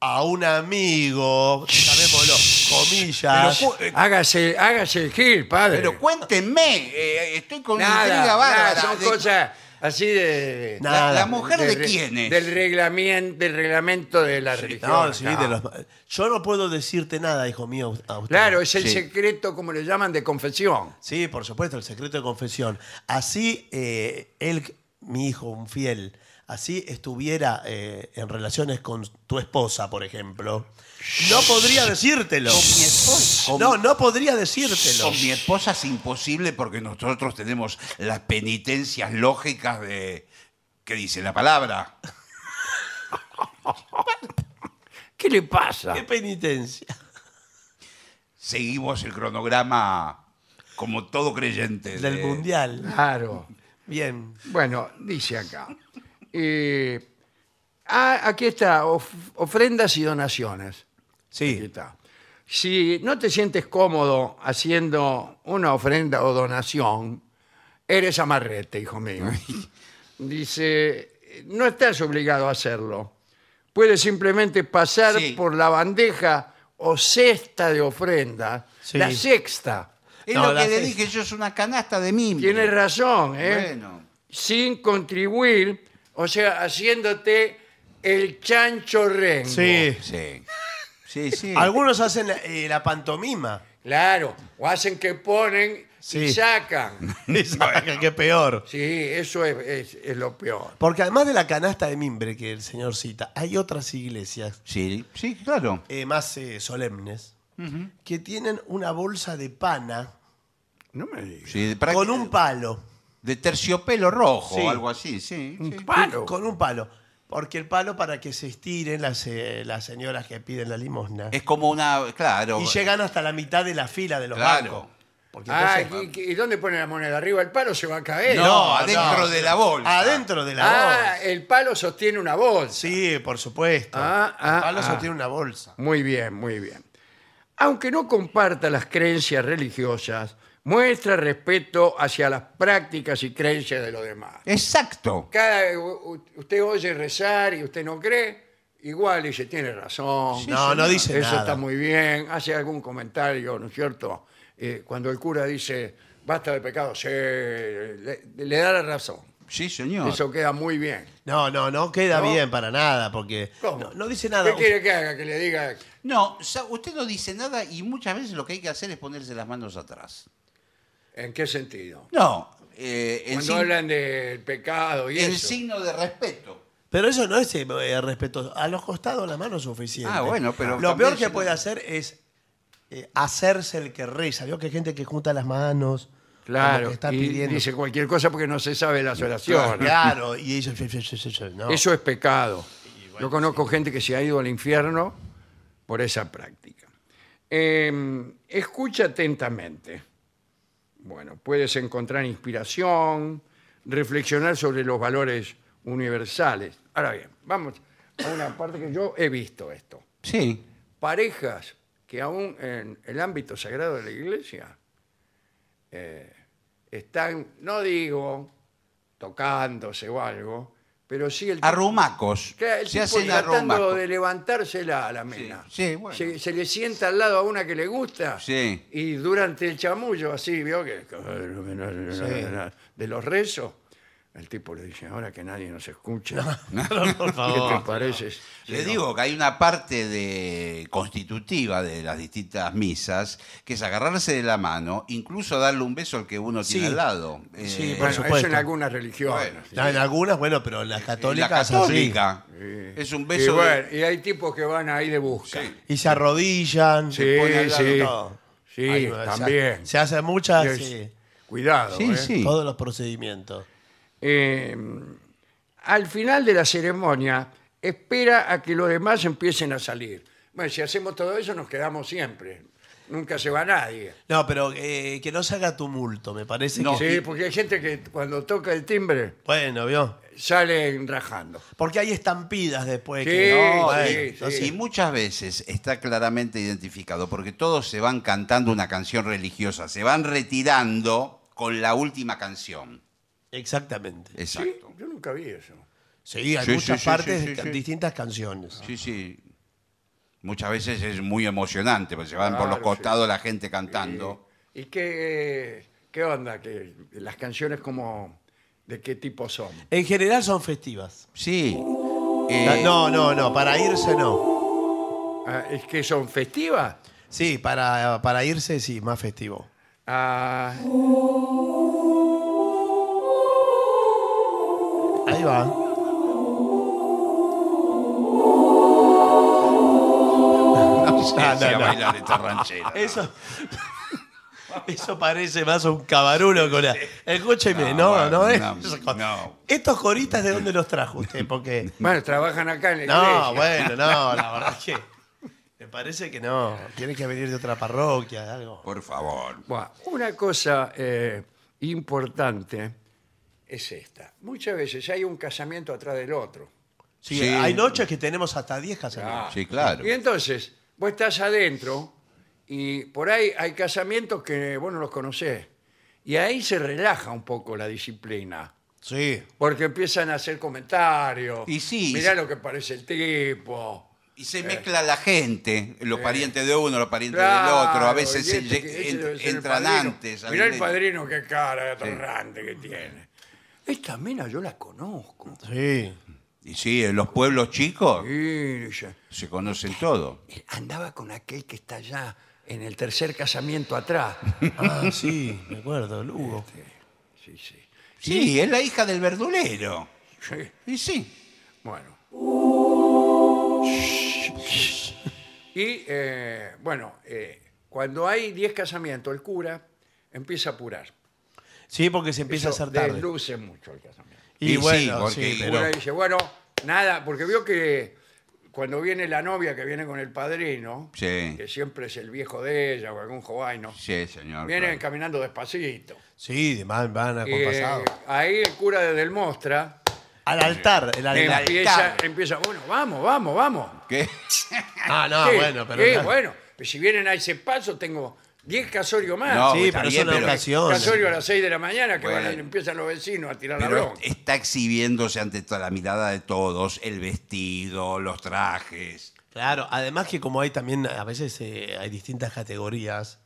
C: a un amigo, sabémoslo, comillas.
B: Pero cu- eh,
A: Hágase, hágase el gil, padre.
B: Pero cuéntenme, eh, estoy con una intriga
A: nada,
B: bárbara.
A: nada, son
B: de-
A: cosas así de...
C: No,
B: la,
C: nada.
B: la mujer de,
A: re-
B: quién es?
A: Del reglamento, del reglamento de la religión.
C: No, sí,
A: acá.
C: de los ma- Yo no puedo decirte nada, hijo mío, a usted.
A: Claro, es el
B: Sí.
A: secreto, como le llaman, de confesión.
C: Sí, por supuesto, el secreto de confesión. Así, eh, él, mi hijo, un fiel, así estuviera eh, en relaciones con tu esposa, por ejemplo, no podría decírtelo.
B: Con mi esposa. Con-
C: No, no podría decírtelo.
B: Con mi esposa es imposible porque nosotros tenemos las penitencias lógicas de. ¿Qué dice la palabra?
A: ¿Qué le pasa?
C: Qué penitencia.
B: Seguimos el cronograma como todo
A: Eh,
B: creyente.
C: Del
B: de-
C: mundial.
A: Claro.
C: Bien.
A: Bueno, dice acá. Eh, ah, aquí está, of- ofrendas y donaciones. Aquí
C: Sí.
A: está. Si no te sientes cómodo haciendo una ofrenda o donación, eres amarrete, hijo mío. Dice, no estás obligado a hacerlo. Puedes simplemente pasar
B: Sí.
A: por la bandeja o cesta de ofrenda,
C: Sí.
A: la sexta.
B: Es
C: No,
B: lo que
C: la-
B: le dije, yo es una canasta de mimbre.
A: Tienes razón, ¿eh?
B: Bueno.
A: Sin contribuir, o sea, haciéndote el chancho rengo.
C: Sí.
B: Sí. Sí, sí.
C: Algunos hacen eh, la pantomima.
A: Claro, o hacen que ponen y
C: Sí.
A: sacan.
C: Esa- Qué peor.
A: Sí, eso es, es- es lo peor.
C: Porque además de la canasta de mimbre que el señor cita, hay otras iglesias
B: Sí, sí, claro.
C: eh, más eh, solemnes que tienen una bolsa de pana
A: No me digas.
B: Sí, para-
C: con un palo.
B: De terciopelo rojo
C: Sí.
B: o algo así, sí. sí.
A: Palo.
C: Con un palo. Porque el palo para que se estiren las, eh, las señoras que piden la limosna.
B: Es como una. Claro.
C: Y llegan hasta la mitad de la fila de los
B: Claro.
C: bancos. Porque
A: Ah,
C: entonces-
A: ¿y, y- y dónde pone la moneda? ¿Arriba el palo se va a caer?
B: No, adentro de la bolsa.
C: Adentro de la
A: Ah,
C: bolsa.
A: el palo sostiene una bolsa.
C: Sí, por supuesto.
A: Ah, ah,
C: el palo
A: ah.
C: sostiene una bolsa.
A: Muy bien, muy bien. Aunque no comparta las creencias religiosas, muestra respeto hacia las prácticas y creencias de los demás.
B: Exacto.
A: Cada, u- u- usted oye rezar y usted no cree, igual dice, tiene razón.
C: No, no señor. dice
A: Eso
C: nada.
A: está muy bien. Hace algún comentario, ¿no es cierto? Eh, cuando el cura dice, basta de pecado, sí, le, le da la razón.
B: Sí, señor.
A: Eso queda muy bien.
C: No, no, no queda
A: ¿No?
C: bien para nada, porque
A: ¿Cómo?
C: no, no dice nada.
A: ¿Qué quiere que haga? Que le diga,
B: No, sa- usted no dice nada y muchas veces lo que hay que hacer es ponerse las manos atrás.
A: ¿en qué sentido?
B: No. eh, en,
A: Cuando
B: sin-
A: hablan del pecado y
B: en
A: eso.
B: signo de respeto.
C: Pero eso no es eh, respeto. A los costados la mano es suficiente.
B: Ah, bueno, pero
C: Lo
B: también
C: peor que
B: si-
C: puede hacer es eh, hacerse el que reza. Vio que hay gente que junta las manos. como
A: Claro,
C: que está
A: y
C: pidiendo.
A: dice cualquier cosa porque no se sabe las oraciones.
C: claro, y ellos. sí, sí, sí, sí, sí, no.
A: Eso es pecado. Yo conozco gente que se ha ido al infierno por esa práctica. Eh, escucha atentamente. Bueno, puedes encontrar inspiración, reflexionar sobre los valores universales. Ahora bien, vamos a una parte que yo he visto esto.
B: Sí.
A: Parejas que aún en el ámbito sagrado de la iglesia eh, están, no digo tocándose o algo, pero sí el
B: Arrumacos.
A: Claro, el
B: se
A: tipo
B: hacen
A: tratando
B: arrumacos.
A: de levantársela a la mena.
B: Sí, sí, bueno.
A: se, se le sienta al lado a una que le gusta
B: Sí.
A: y durante el chamullo, así, vio que de los rezos, el tipo le dice, ahora que nadie nos escucha,
C: Claro, por
A: ¿qué
C: favor.
A: te parece?
B: Le
A: Sí, no.
B: digo que hay una parte de, constitutiva de las distintas misas que es agarrarse de la mano, incluso darle un beso al que uno tiene
C: Sí.
B: al lado. Eh,
C: Sí, por
A: Bueno, eso
C: supuesto.
A: en algunas religiones.
B: Bueno,
C: No, en algunas, bueno, pero en las
B: la
C: católicas.
B: católica. Es un beso.
A: y,
B: de-
A: bueno, y hay tipos que van ahí de busca.
B: Sí.
C: así. Y se arrodillan.
A: Sí,
C: se ponen al lado,
A: sí.
C: todo.
A: Sí,
C: Ay, no, se ha-
A: también.
C: Se hacen muchas,
A: Es-
C: sí,
A: Cuidado.
B: Sí,
A: ¿eh?
B: sí.
C: todos los procedimientos.
A: Eh, al final de la ceremonia, espera a que los demás empiecen a salir. Bueno, si hacemos todo eso, nos quedamos siempre. Nunca se va nadie.
C: No, pero eh, que no se haga tumulto, me parece
B: No.
C: que...
A: Sí, porque hay gente que cuando toca el timbre
C: Bueno, ¿vio?
A: salen rajando.
C: Porque hay estampidas después.
A: Sí,
C: que,
A: sí,
C: bueno,
A: sí.
C: entonces-
B: eh, Y muchas veces está claramente identificado, porque todos se van cantando una canción religiosa, se van retirando con la última canción.
C: Exactamente.
A: Sí,
B: Exacto.
A: yo nunca vi eso.
C: Sí, hay
B: Sí, sí,
C: muchas
B: sí,
C: partes,
B: sí,
C: de
B: sí,
C: ca-
B: sí.
C: distintas canciones.
B: Sí, sí. Muchas veces es muy emocionante, porque se van por los
A: Claro, sí.
B: costados la gente cantando.
A: ¿Y qué, qué onda? Que las canciones como de qué tipo son.
C: En general son festivas.
B: Sí. Eh,
C: No, no, no, para irse no.
A: Ah, ¿Es que son festivas?
C: Sí, para, para irse sí, más festivo.
A: Ah,
C: Ahí va.
B: no sé
C: No,
B: si
C: no,
B: a
C: no.
B: bailar esta ranchera. no.
C: Eso, eso parece más un cabarulo con la... Escúcheme,
B: No,
C: no, no, es...
B: bueno, no, no.
C: Estos coristas, ¿de dónde los trajo usted? Porque...
A: bueno, trabajan acá en la iglesia.
C: No, bueno, no, la verdad que... Me parece que no. Tiene que venir de otra parroquia, de algo.
B: Por favor.
A: Bueno, una cosa eh, importante es esta. Muchas veces hay un casamiento atrás del otro.
C: Sí,
B: Sí.
C: hay noches que tenemos hasta 10 casamientos.
B: Sí, claro.
A: Y entonces, vos estás adentro y por ahí hay casamientos que vos no los conocés. Y ahí se relaja un poco la disciplina.
C: Sí.
A: Porque empiezan a hacer comentarios.
B: Y sí,
A: Mirá
B: y-
A: lo que parece el tipo.
B: Y
A: Eh.
B: se mezcla la gente, los parientes de uno, los parientes del otro.
A: Claro,
B: A veces
A: y
B: se
A: este
B: lle-
A: que- ese
B: en-
A: debe ser el
B: entran
A: padrino.
B: antes. a
A: Mirá el
B: veces-
A: padrino, qué cara tan grande que tiene. Esta mina yo la conozco.
C: Sí.
B: Y sí, en los pueblos chicos
A: Y dice,
B: se conocen todo.
A: andaba con aquel que está allá en el tercer casamiento atrás.
C: Ah, sí, me acuerdo, Lugo.
A: Sí, sí.
B: Sí, es la hija del verdulero.
A: sí.
B: Y sí.
A: Bueno. Y eh, bueno, eh, cuando hay 10 casamientos, el cura empieza a apurar.
C: Sí, porque se empieza
A: Eso
C: a hacer tarde.
A: Desluce mucho el casamiento.
C: Y,
B: Y sí,
C: bueno,
B: porque-
C: sí,
A: El
C: pero
A: cura dice, bueno, nada, porque vio que cuando viene la novia que viene con el padrino,
B: Sí.
A: que siempre es el viejo de ella o algún jovaino,
B: Sí, señor.
A: vienen
B: claro.
A: caminando despacito.
C: sí, van, van acompasados.
A: Eh, ahí el cura desde el Mostra
C: Al altar, el altar.
A: empieza, empieza, bueno, vamos, vamos, vamos.
B: ¿Qué?
C: Ah, no,
A: Sí,
C: bueno, pero.
A: sí,
C: claro.
A: bueno, pues si vienen a ese paso, tengo 10 casorios más.
B: No,
C: sí,
B: está
C: pero
B: bien,
C: son
B: pero-
C: ocasiones.
A: Casorio a las 6 de la mañana que
B: Bueno.
A: van a- empiezan los vecinos a tirar la
B: Pero
A: bronca.
B: está exhibiéndose ante toda la mirada de todos, el vestido, los trajes.
C: Claro, además que como hay también, a veces eh, hay distintas categorías.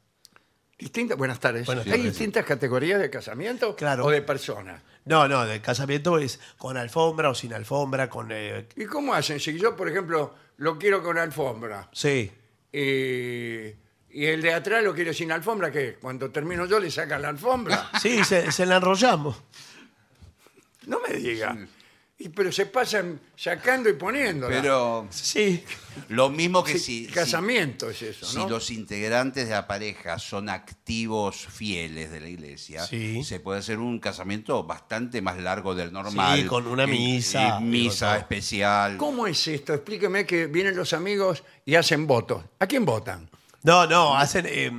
A: Distintas- buenas tardes.
C: Buenas
A: ¿Hay
C: tardes.
A: distintas categorías de casamiento
C: Claro.
A: o de personas?
C: No, no, del casamiento es con alfombra o sin alfombra, con. eh,
A: ¿Y cómo hacen? Si yo, por ejemplo, lo quiero con alfombra
C: sí.
A: y, y el de atrás lo quiere sin alfombra, ¿qué? Cuando termino yo le sacan la alfombra.
C: Sí, se, se la enrollamos.
A: No me diga. Y, pero se pasan sacando y poniendo.
B: Pero
C: Sí.
B: lo mismo que si, si-
A: casamiento es eso,
B: si
A: ¿no?
B: los integrantes de la pareja son activos fieles de la iglesia,
C: Sí.
B: se puede hacer un casamiento bastante más largo del normal.
C: Sí, con una
B: Y- y
C: misa.
B: misa
C: Digo,
B: especial.
A: ¿Cómo es esto? Explíqueme que vienen los amigos y hacen votos. ¿A quién votan?
C: No, no, hacen eh,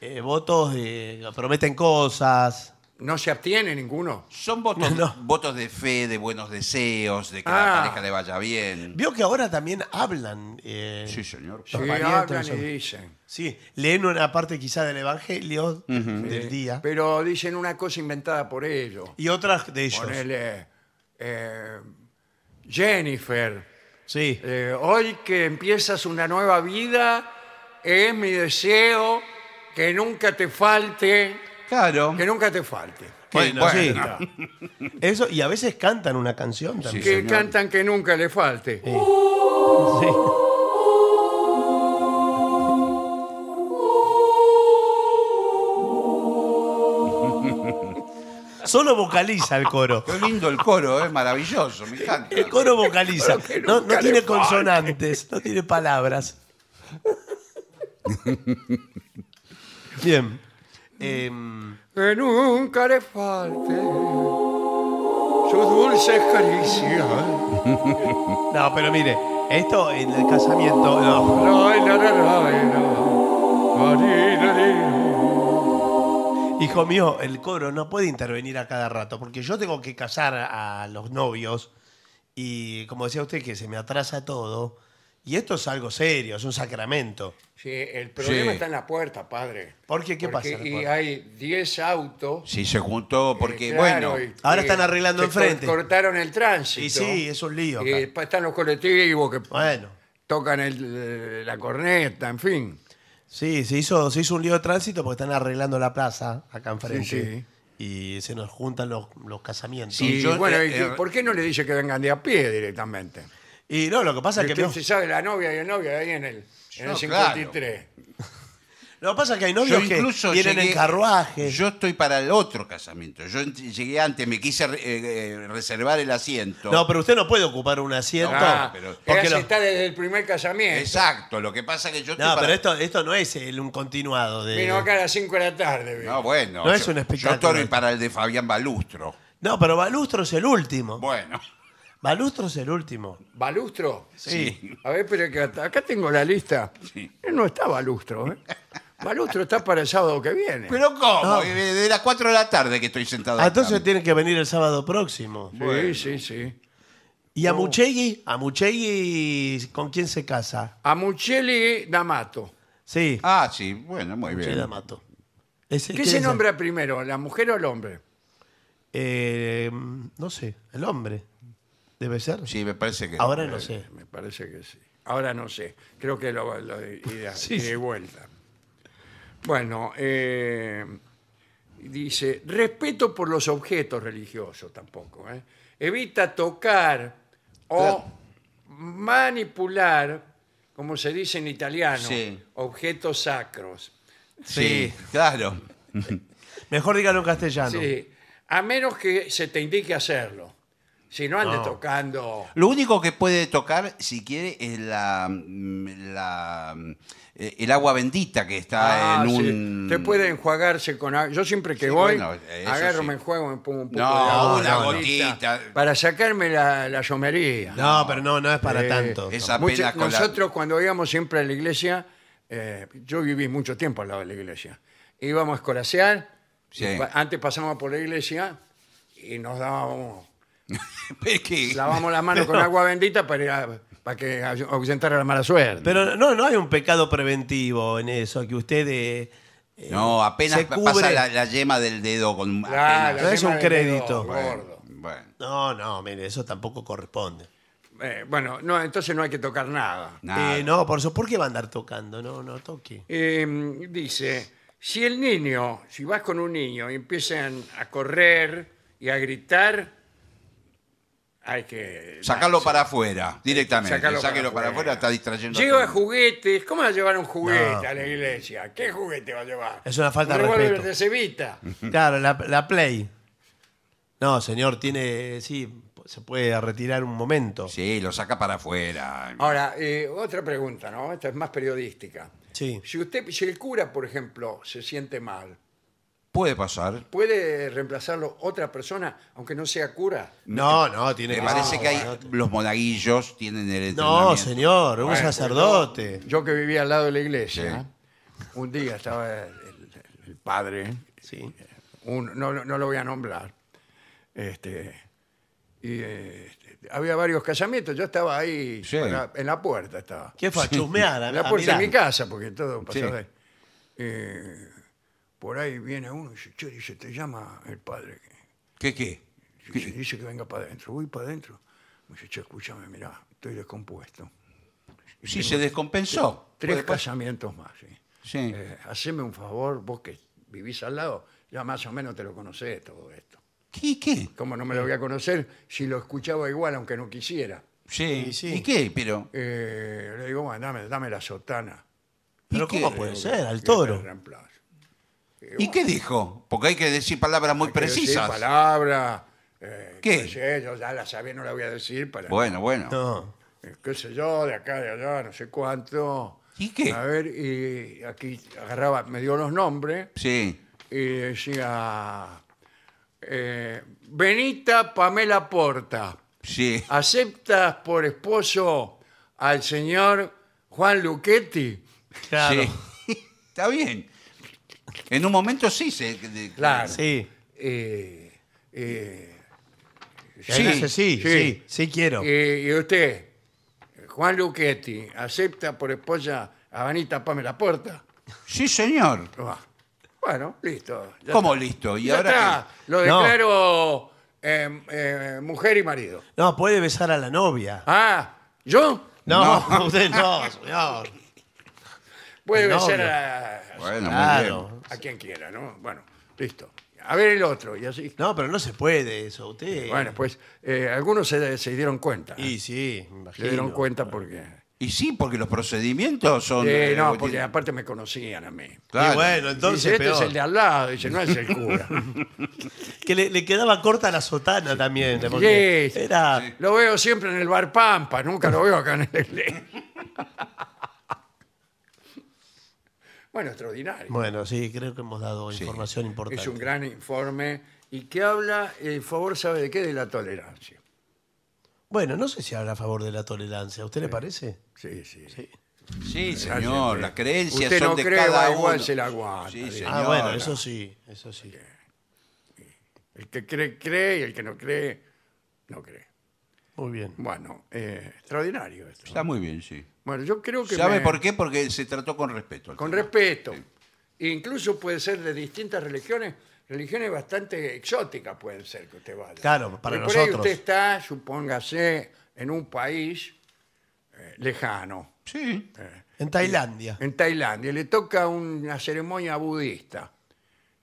C: eh, votos, eh, prometen cosas.
A: ¿No se abstiene ninguno?
B: Son votos,
C: No.
B: votos de fe, de buenos deseos, de que
A: Ah.
B: la pareja le vaya bien.
C: Vio que ahora también hablan. eh,
B: Sí, señor.
A: Sí,
C: parientes,
A: hablan y
C: los-
A: dicen.
C: Sí, leen una parte quizá del Evangelio del día
A: Pero dicen una cosa inventada por ellos.
C: y otras de ellos.
A: Ponele, eh, Jennifer,
C: Sí,
A: eh, hoy que empiezas una nueva vida, es mi deseo que nunca te falte,
B: Claro.
A: que nunca te falte.
C: bueno,
A: Que-
C: sí.
A: está.
C: Eso, y a veces cantan una canción también.
A: Que
B: señor.
A: cantan que nunca le falte.
C: Sí. Solo vocaliza el coro.
B: Qué lindo el coro, es maravilloso, me encanta.
C: El coro vocaliza.
A: que
C: No,
A: nunca
C: no tiene
A: le falte.
C: consonantes, no tiene palabras. Bien. Em,
A: Que nunca le falte sus dulces caricias.
C: no, pero mire, esto en el casamiento. no.
A: Rai, la, la, la, la, la, li, la, li.
C: Hijo mío, el coro no puede intervenir a cada rato, porque yo tengo que casar a los novios y, como decía usted, que se me atrasa todo. Y esto es algo serio, es un sacramento.
A: Sí, el problema
B: Sí.
A: está en la puerta, padre.
C: ¿Por qué? ¿Qué
A: Porque-
C: pasa en la
A: Y
C: puerta?
A: hay 10 autos.
B: Si se juntó, porque
A: eh, claro,
B: bueno,
A: y-
C: Ahora
A: y
C: están arreglando
A: se
C: enfrente.
A: cor- Cortaron el tránsito.
C: Y sí, es un lío.
A: Y
C: acá.
A: después están los colectivos que
C: Bueno,
A: tocan el- eh, la corneta, en fin.
C: sí, se hizo, se hizo un lío de tránsito porque están arreglando la plaza acá enfrente. Y se nos juntan los, los casamientos.
B: Sí.
A: Y
B: yo-
A: bueno, ¿y
B: eh,
A: qué-
B: eh,
A: ¿por qué no le dice que vengan de a pie directamente?
C: Y no, lo que pasa es que.
B: Este
A: Usted
C: no-
A: se sabe la novia y el novio ahí en el, en el
B: No,
A: 53.
C: Lo que pasa es que hay
B: yo
C: novios que
B: incluso
C: vienen
B: llegué-
C: en carruaje.
B: Yo estoy para el otro casamiento. Yo ent- llegué antes, me quise eh, eh, reservar el asiento.
C: No, pero usted no puede ocupar un asiento.
A: Ah,
B: pero-
A: ella
C: porque
A: se
C: lo-
A: está desde el primer casamiento.
B: Exacto, lo que pasa que yo estoy
C: No,
B: para-
C: pero este esto, esto no es el- un continuado de.
A: Vino acá a las 5 de la tarde. vino.
B: No, bueno.
C: eh, No es
B: yo-
C: un espectáculo. este.
B: Yo estoy para el de Fabián Balustro.
C: No, pero Balustro es el último.
B: Bueno.
C: Balustro es el último.
A: ¿Balustro?
C: Sí.
A: A ver, pero que acá, acá tengo la lista. Él No está Balustro, ¿eh? Balustro está para el sábado que viene.
B: Pero ¿cómo?
C: No.
B: Eh, De las 4 de la tarde que estoy sentado.
C: Ah, Entonces
B: acá.
C: tienen que venir el sábado próximo.
A: sí, sí, sí.
C: ¿Y
B: Oh.
C: a Muchegui? ¿A Muchegui con quién se casa?
A: A Muchelli D'Amato.
C: Sí,
B: Ah, sí, bueno, muy
C: Che
B: bien.
C: D'Amato. Ese-
A: ¿Qué
C: ¿quién
A: se
C: es?
A: nombra primero, la mujer o el hombre?
C: Eh, no sé, el hombre. Debe ser.
B: Sí, eh, me parece que.
C: Ahora no sé.
A: Me parece que sí. Ahora no sé. Creo que lo, lo irá
C: Sí,
A: ida y
C: sí.
A: vuelta. Bueno, eh, dice, respeto por los objetos religiosos tampoco. ¿eh? Evita tocar o
B: Claro.
A: manipular, como se dice en italiano,
B: Sí.
A: objetos sacros.
B: Sí, claro.
C: Mejor dígalo en castellano.
A: Sí, a menos que se te indique hacerlo. Si no, ande
C: No.
A: tocando...
B: Lo único que puede tocar, si quiere, es la, mm, la, mm, eh, el agua bendita que está
A: Ah,
B: en
A: sí.
B: un.
A: Usted puede enjuagarse con agua. Yo siempre que
B: Sí,
A: voy,
B: bueno, eso
A: agarro,
B: sí.
A: me enjuago, me pongo un poco
B: No,
A: de agua.
B: una
A: bonita,
B: gotita.
A: Para sacarme la, la llomería.
C: No, pero no, no es para
A: Eh,
C: tanto.
B: esa-
A: Mucha-
B: apenas con la-
A: nosotros cuando íbamos siempre a la iglesia, eh, yo viví mucho tiempo al lado de la iglesia, íbamos a escolasear,
B: Sí.
A: y pa- antes pasábamos por la iglesia y nos dábamos,
B: Es que-
A: lavábamos las manos con agua bendita para, ir a- para que ay- ahuyentara la mala suerte.
C: Pero no, no hay un pecado preventivo en eso, que usted eh, eh,
B: no, apenas
C: se
B: pa-
C: cubre.
B: pasa la, la yema del dedo con.
A: Ah,
B: apenas-
A: la
C: es un
A: yema del dedo,
C: crédito.
A: gordo.
B: Bueno,
C: No, no, mire, eso tampoco corresponde.
A: Eh, bueno, no, entonces no hay que tocar nada.
B: nada.
C: Eh, no, por eso, ¿por qué va a andar tocando? No, no toque.
A: Eh, dice, si el niño, si vas con un niño y empiezan a correr y a gritar, hay que...
B: Sacarlo para afuera, directamente.
A: Sacarlo
B: Sáquelo
A: para
B: para,
A: afuera.
B: afuera, está distrayendo.
A: Lleva
B: todo.
A: juguetes, ¿cómo va a llevar un juguete
C: No.
A: a la iglesia? ¿Qué juguete va a llevar?
C: Es una falta
A: Un
C: de
A: revólver
C: respeto.
A: de cevita.
C: Claro, la, la play. No, señor, tiene. Sí, se puede retirar un momento.
B: Sí, lo saca para afuera.
A: Ahora, eh, otra pregunta, ¿no? Esta es más periodística.
C: Sí.
A: Si usted, si el cura, por ejemplo, se siente mal,
B: Puede pasar.
A: ¿puede reemplazarlo otra persona, aunque no sea cura?
C: No, no, tiene
A: Ah,
B: Me
C: que
B: parece
C: no,
B: que hay,
C: no,
B: los monaguillos tienen el entrenamiento.
C: No, señor, un
A: Bueno,
C: sacerdote.
A: Yo que vivía al lado de la iglesia, ¿eh? un día estaba el, el- el padre,
C: Sí.
A: un- no, lo- no lo voy a nombrar, este, y eh, este, había varios casamientos, yo estaba ahí,
B: Sí.
A: para- en la puerta estaba.
C: ¿Qué ah, fue? A chusmear.
A: pues,
C: a-
A: En la
C: a
A: puerta de
C: mirar.
A: mi casa, porque todo pasaba
B: Sí.
A: ahí. Eh, por ahí viene uno y dice, che, dice, te llama el padre.
B: ¿Qué qué?
A: Dice, dice que venga para adentro. Voy para adentro. Me dice, che, escúchame, mirá, estoy descompuesto.
B: Sí, se descompensó.
A: Tres
B: Puede pasar.
A: casamientos más, sí.
B: Sí.
A: Eh, haceme un favor, vos que vivís al lado, ya más o menos te lo conocés todo esto.
B: ¿Qué qué?
A: ¿Cómo no me lo voy a conocer si lo escuchaba igual, aunque no quisiera?
B: Sí.
C: Y sí.
B: ¿Y qué? Pero.
A: Eh, le digo, bueno, dame, dame la sotana.
C: Pero
B: ¿Y qué?
C: ¿cómo puede ser? Al
A: Y te
C: toro.
A: reemplazo. Eh,
B: ¿Y qué dijo? Porque hay que decir palabras muy
A: Quiero decir
B: precisas.
A: palabra. eh,
B: ¿Qué?
A: sé, yo ya la sabía, no la voy a decir para.
B: Bueno, bueno.
C: No.
A: eh, qué sé yo, de acá, de allá, no sé cuánto.
B: ¿Y qué?
A: A ver, y aquí agarraba, me dio los nombres
B: Sí.
A: y decía, eh, Benita Pamela Porta,
B: Sí.
A: ¿aceptas por esposo al señor Juan Luchetti?
C: Claro.
B: Sí. Está bien. En un momento sí se. de-
A: Claro.
C: Sí.
A: Eh, eh,
C: Sí, sí, sí,
A: sí.
C: sí, quiero.
A: eh, y usted, Juan Luchetti, ¿acepta por esposa a Benita Pamela Porta?
B: Sí, señor.
A: Ah, Bueno, listo. ya
B: ¿Cómo
A: está.
B: listo? ¿Y
A: Ya
B: ahora
A: está, Lo
C: No.
A: declaro eh, eh, mujer y marido.
C: No, puede besar a la novia.
A: Ah, ¿yo?
C: No, usted no, señor.
A: Puede
C: No,
A: ser
C: no.
A: a,
B: Bueno, muy bien.
C: Claro.
A: a quien quiera, ¿no? Bueno, listo. A ver el otro, y así.
C: No, pero no se puede eso. Usted.
A: Bueno, pues eh, algunos se, se dieron cuenta.
C: Y sí, me imagino.
A: se dieron cuenta porque...
B: Y sí, porque los procedimientos son.
A: Eh,
B: eh,
A: no,
B: tienen-
A: porque aparte me conocían a mí.
B: Claro.
C: Y bueno,
A: Dice,
C: entonces
A: este
C: peor.
A: es el de al lado, dice, no es el cura.
C: Que le, le quedaba corta la sotana también. porque
A: Sí.
C: Era.
A: lo veo siempre en el bar Pampa, nunca lo veo acá en el... bueno, extraordinario.
C: Bueno, sí, creo que hemos dado información importante.
A: Es un gran informe y que habla, en favor, ¿sabe de qué? De la tolerancia.
C: Bueno, no sé si habla a favor de la tolerancia. ¿A usted le parece?
A: Sí, sí.
B: Sí, señor. Las creencias
A: Usted
B: son
A: no
B: de
A: cree,
B: cada
A: va igual
B: uno.
A: se la aguanta,
B: Sí,
A: dice.
B: señor.
C: Ah, bueno, eso sí, eso sí.
A: El que cree, cree y el que no cree, no cree.
C: Muy bien.
A: Bueno, eh, extraordinario esto.
B: Está muy bien, sí.
A: Bueno, yo creo que...
B: ¿Sabe
A: me-
B: por qué? Porque se trató con respeto. al
A: Con
B: tema.
A: respeto. Incluso puede ser de distintas religiones, religiones bastante exóticas pueden ser que usted vaya.
C: Claro, para
A: Y por ahí
C: nosotros.
A: usted está, supóngase, en un país eh, lejano,
B: Sí.
A: Eh.
C: En Tailandia.
A: en Tailandia, y le toca una ceremonia budista.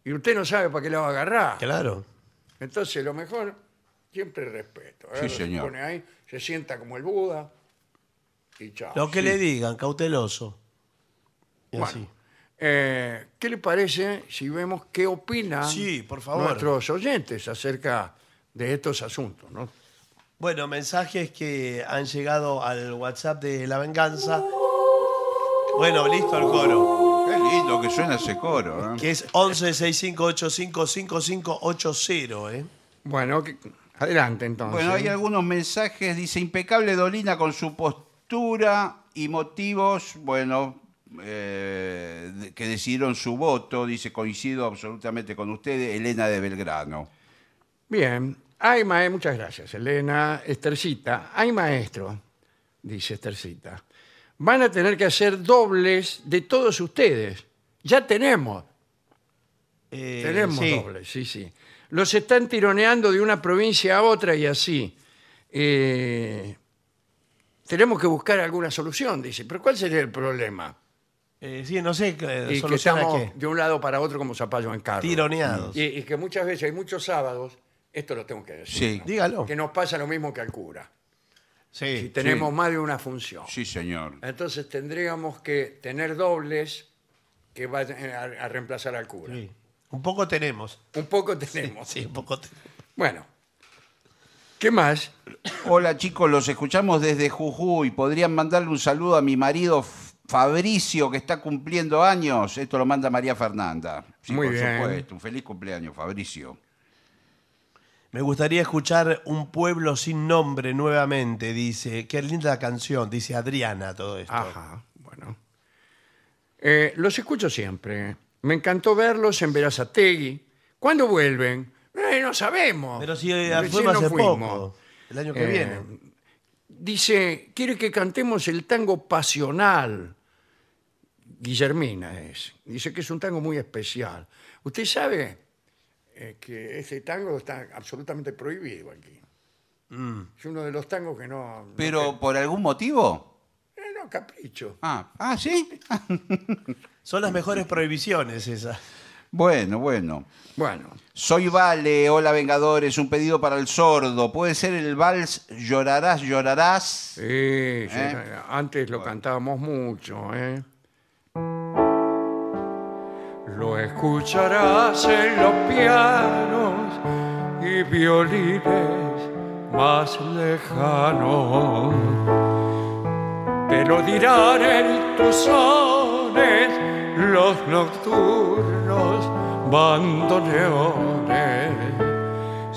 A: Y usted no sabe para qué la va a agarrar.
C: Claro.
A: Entonces, lo mejor, siempre respeto. Agarra, se
B: señor.
A: pone ahí, se sienta como el Buda y chao.
C: Lo que le digan, cauteloso. Y
A: Bueno,
C: así.
A: eh, ¿Qué le parece si vemos qué opinan
C: Sí, por favor.
A: nuestros oyentes acerca de estos asuntos? ¿no?
C: Bueno, mensajes que han llegado al WhatsApp de La Venganza. Bueno, listo el coro.
B: Qué lindo que suena ese coro. ¿eh?
C: Que es 1165855580, ¿eh?
A: Bueno, que- adelante entonces.
B: Bueno, hay algunos mensajes. Dice, impecable Dolina con su postura y motivos, bueno, eh, de- que decidieron su voto. Dice, coincido absolutamente con ustedes, Elena de Belgrano.
A: Bien, hay mae- muchas gracias, Elena. Estercita, hay maestro, dice Estercita. Van a tener que hacer dobles de todos ustedes. Ya tenemos,
C: Eh,
A: tenemos
C: sí.
A: dobles, sí, sí. Los están tironeando de una provincia a otra y así. Eh, tenemos que buscar alguna solución, dice. Pero ¿cuál sería el problema?
C: Eh, sí, no sé,
A: Y que
C: soluciona
A: estamos
C: qué.
A: de un lado para otro como zapallo en carro.
C: Tironeados.
A: Y, y que muchas veces, hay muchos sábados, esto lo tengo que decir.
B: Sí,
C: Dígalo.
A: que nos pasa lo mismo que al cura. Si
C: Sí.
A: tenemos más de una función.
B: sí, señor.
A: Entonces tendríamos que tener dobles que vayan a, a reemplazar al cura.
C: sí. Un poco tenemos.
A: Un poco tenemos.
C: Sí, un poco tenemos.
A: Bueno, ¿qué más?
B: Hola chicos, los escuchamos desde Jujuy. ¿Podrían mandarle un saludo a mi marido F- Fabricio, que está cumpliendo años? Esto lo manda María Fernanda. Sí,
A: Muy
B: por
A: bien.
B: supuesto. Un feliz cumpleaños, Fabricio.
C: Me gustaría escuchar Un pueblo sin nombre nuevamente, dice. Qué linda canción, dice Adriana todo esto.
A: Ajá, bueno. Eh, los escucho siempre. Me encantó verlos en Verazategui. ¿Cuándo vuelven? Eh, no sabemos.
C: Pero si eh,
A: Recién
C: fue
A: no
C: hace
A: fuimos.
C: poco, el año que
A: Eh,
C: viene.
A: Dice, quiere que cantemos el tango pasional. Guillermina es. Dice que es un tango muy especial. Usted sabe eh, que ese tango está absolutamente prohibido aquí.
C: Mm.
A: Es uno de los tangos que no... no
B: ¿Pero por algún motivo?
A: que- eh, no, capricho.
B: Ah, ah sí.
C: Son las
A: eh,
C: mejores prohibiciones esas.
B: Bueno, bueno.
A: Bueno,
B: Soy Vale, hola Vengadores, un pedido para el sordo. Puede ser el vals Llorarás, llorarás.
A: sí, sí, antes lo cantábamos mucho. ¿eh? Lo escucharás en los pianos y violines más lejanos. te lo dirán en tus sones los nocturnos bandoneones.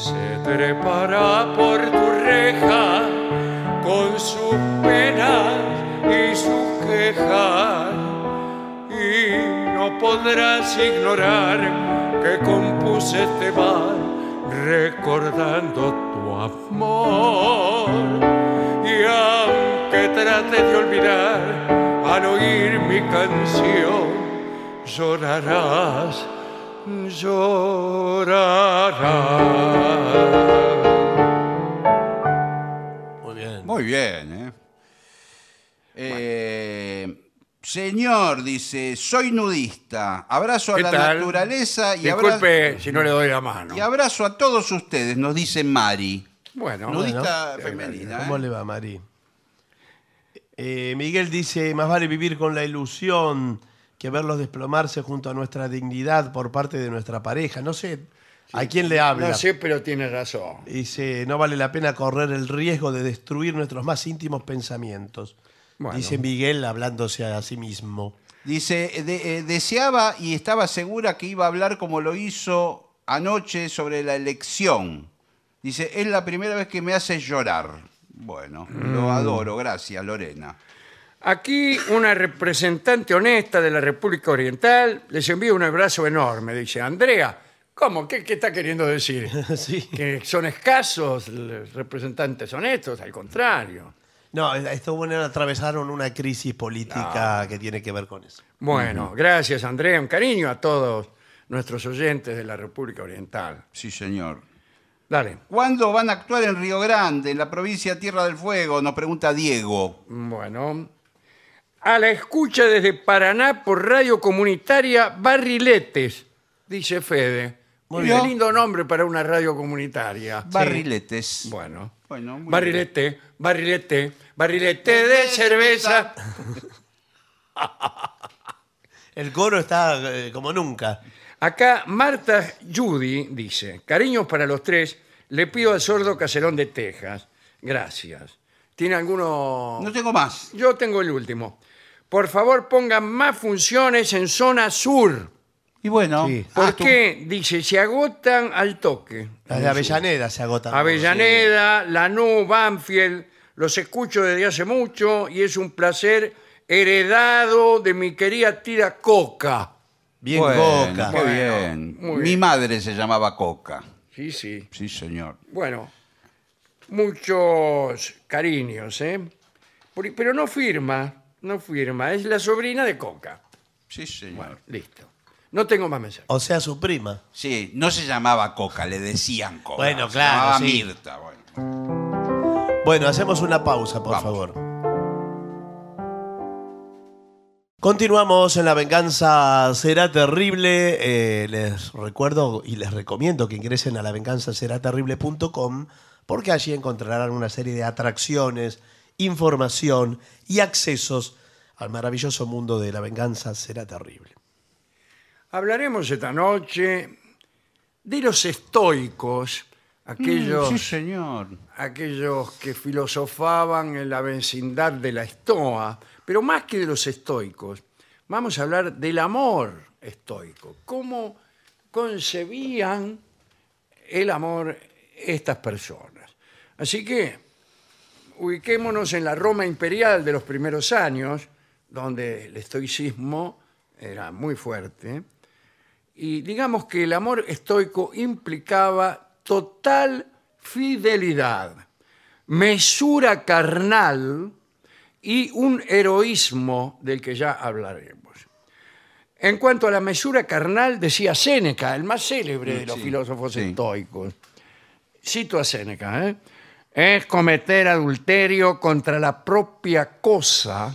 A: Se trepará por tu reja con sus penas y sus quejas y no podrás ignorar que compuse este bar recordando tu amor. Y aunque trate de olvidar al oír mi canción, llorarás, llorarás.
C: Muy bien.
B: Muy bien, ¿eh? Eh, Señor, dice, soy nudista. Abrazo a
A: ¿Qué
B: la
A: tal?
B: naturaleza y abrazo,
A: Disculpe si no le doy la mano.
B: y abrazo a todos ustedes, nos dice Mari.
A: Bueno,
B: Nudista
A: Ah, bueno.
B: femenina.
C: ¿Cómo
B: ¿eh?
C: le va, Mari? Eh, Miguel dice, más vale vivir con la ilusión que verlos desplomarse junto a nuestra dignidad por parte de nuestra pareja. No sé a quién le habla.
A: no sé, pero tiene razón.
C: Dice, no vale la pena correr el riesgo de destruir nuestros más íntimos pensamientos.
A: Bueno.
C: Dice Miguel hablándose a sí mismo.
B: Dice, de- eh, deseaba y estaba segura que iba a hablar como lo hizo anoche sobre la elección. Dice, es la primera vez que me hace llorar. Bueno,
A: Mm.
B: lo adoro, gracias Lorena.
A: Aquí una representante honesta de la República Oriental les envía un abrazo enorme. Dice, Andrea, ¿cómo? ¿Qué, qué está queriendo decir?
C: sí.
A: Que son escasos los representantes honestos, al contrario.
C: No, estos buenos atravesaron una crisis política que tiene que ver con eso.
A: Bueno, gracias Andrea, un cariño a todos nuestros oyentes de la República Oriental.
B: Sí, señor.
A: Dale.
B: ¿Cuándo van a actuar en Río Grande, en la provincia de Tierra del Fuego? Nos pregunta Diego.
A: Bueno. A la escucha desde Paraná por radio comunitaria Barriletes, dice Fede.
B: Muy
A: Muy
B: bien.
A: lindo nombre para una radio comunitaria.
B: Barriletes.
A: Bueno.
B: Bueno, muy
A: barrilete, barrilete, barrilete de cerveza.
C: El coro está eh, como nunca.
A: Acá Marta Judy dice, cariños para los tres, le pido al sordo Caserón de Texas. Gracias. ¿Tiene alguno?
B: No tengo más.
A: Yo tengo el último. Por favor, pongan más funciones en zona sur.
B: Y bueno,
C: Sí.
A: ¿Por
B: ah, tú-
A: qué? Dice, se agotan al toque.
C: Las de Avellaneda se agotan.
A: Avellaneda, Lanús, Banfield, los escucho desde hace mucho y es un placer heredado de mi querida tira Coca.
C: Bien
B: Bueno,
C: coca.
B: qué
A: Bueno,
B: bien.
A: muy
B: Mi
A: bien.
B: madre se llamaba Coca.
A: Sí, sí.
B: Sí, señor.
A: Bueno, muchos cariños, ¿eh? Por- Pero no firma, no firma, es la sobrina de Coca.
B: Sí, señor.
A: Listo. No tengo más mensajes.
C: O sea, su prima.
B: Sí, no se llamaba Coca, le decían Coca.
C: Bueno,
B: se
C: claro,
B: Llamaba
C: sí.
B: Mirta, bueno.
C: Bueno, hacemos una pausa, por
B: Vamos.
C: favor. Continuamos en La Venganza Será Terrible. Eh, les recuerdo y les recomiendo que ingresen a lavenganzaseraterrible.com porque allí encontrarán una serie de atracciones, información y accesos al maravilloso mundo de La Venganza Será Terrible.
A: Hablaremos esta noche de los estoicos, aquellos
B: Mm, Sí, señor.
A: aquellos que filosofaban en la vecindad de la estoa, pero más que de los estoicos, vamos a hablar del amor estoico, cómo concebían el amor estas personas. Así que ubiquémonos en la Roma imperial de los primeros años, donde el estoicismo era muy fuerte, y digamos que el amor estoico implicaba total fidelidad, mesura carnal y un heroísmo del que ya hablaremos. En cuanto a la mesura carnal, decía Séneca, el más célebre de los
B: Sí,
A: filósofos
B: sí.
A: estoicos. Cito a Séneca, ¿eh? es cometer adulterio contra la propia cosa,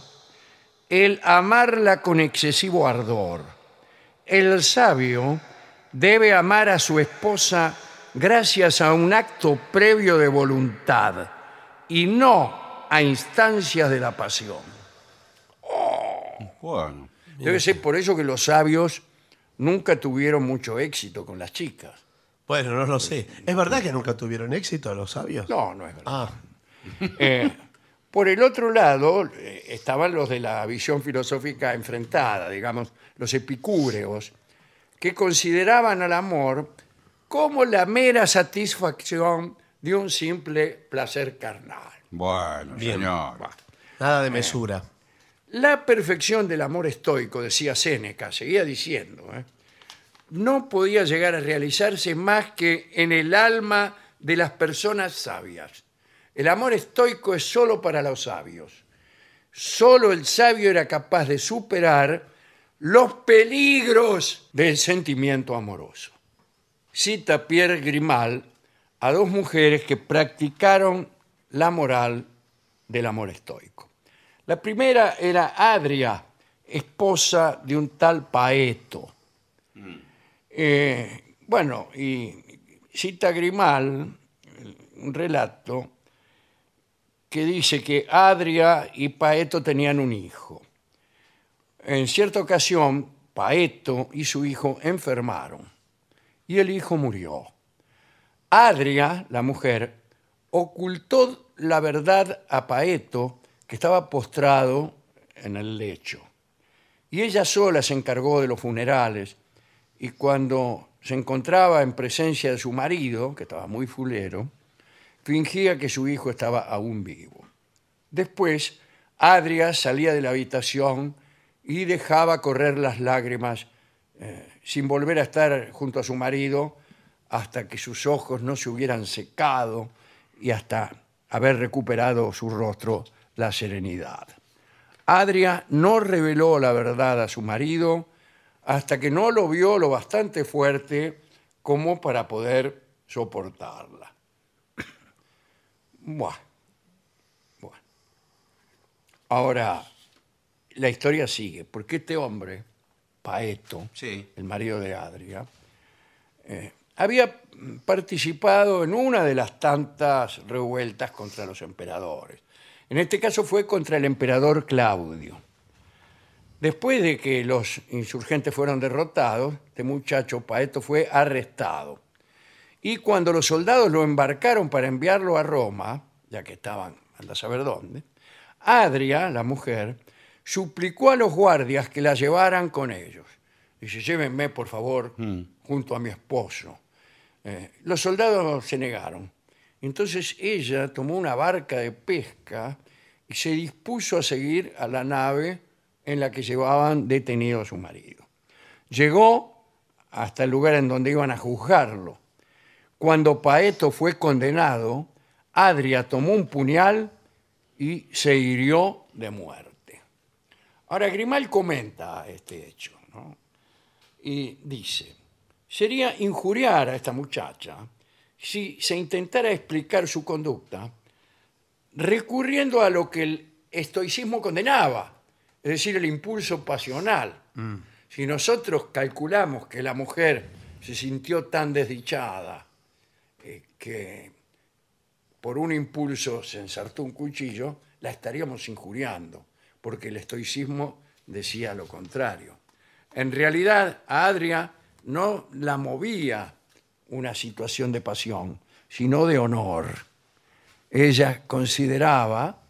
A: el amarla con excesivo ardor. El sabio debe amar a su esposa gracias a un acto previo de voluntad y no a instancias de la pasión.
B: Bueno.
A: Debe ser por eso que los sabios nunca tuvieron mucho éxito con las chicas.
C: Bueno, no lo sé. ¿Es verdad que nunca tuvieron éxito los sabios?
A: No, no es verdad.
C: Ah,
A: Eh, Por el otro lado eh, estaban los de la visión filosófica enfrentada, digamos, los epicúreos, que consideraban al amor como la mera satisfacción de un simple placer carnal.
B: Bueno, señor.
A: Bah.
C: Nada de mesura.
A: La perfección del amor estoico, decía Séneca, seguía diciendo, ¿eh? no podía llegar a realizarse más que en el alma de las personas sabias. El amor estoico es solo para los sabios. Solo el sabio era capaz de superar los peligros del sentimiento amoroso. Cita Pierre Grimal a dos mujeres que practicaron la moral del amor estoico. La primera era Adria, esposa de un tal Paeto. Eh, bueno, y cita Grimal un relato que dice que Adria y Paeto tenían un hijo. En cierta ocasión, Paeto y su hijo enfermaron y el hijo murió. Adria, la mujer, ocultó la verdad a Paeto, que estaba postrado en el lecho. Y ella sola se encargó de los funerales y cuando se encontraba en presencia de su marido, que estaba muy fulero, fingía que su hijo estaba aún vivo. Después, Adria salía de la habitación y dejaba correr las lágrimas eh, sin volver a estar junto a su marido hasta que sus ojos no se hubieran secado y hasta haber recuperado su rostro la serenidad. Adria no reveló la verdad a su marido hasta que no lo vio lo bastante fuerte como para poder soportarla. Buah. Bueno. Ahora, la historia sigue, porque este hombre, Paeto,
B: Sí.
A: el marido de Adria, eh, había participado en una de las tantas revueltas contra los emperadores. En este caso fue contra el emperador Claudio. Después de que los insurgentes fueron derrotados, este muchacho Paeto fue arrestado. Y cuando los soldados lo embarcaron para enviarlo a Roma, ya que estaban anda a saber dónde, Adria, la mujer, suplicó a los guardias que la llevaran con ellos. Dice, llévenme, por favor, junto a mi esposo. Eh, los soldados se negaron. Entonces ella tomó una barca de pesca y se dispuso a seguir a la nave en la que llevaban detenido a su marido. Llegó hasta el lugar en donde iban a juzgarlo. Cuando Paeto fue condenado, Adria tomó un puñal y se hirió de muerte. Ahora, Grimal comenta este hecho ¿no? y dice, sería injuriar a esta muchacha si se intentara explicar su conducta recurriendo a lo que el estoicismo condenaba, es decir, el impulso pasional. Si nosotros calculamos que la mujer se sintió tan desdichada eh, que por un impulso se ensartó un cuchillo, la estaríamos injuriando, porque el estoicismo decía lo contrario. En realidad, a Adria no la movía una situación de pasión, sino de honor. Ella consideraba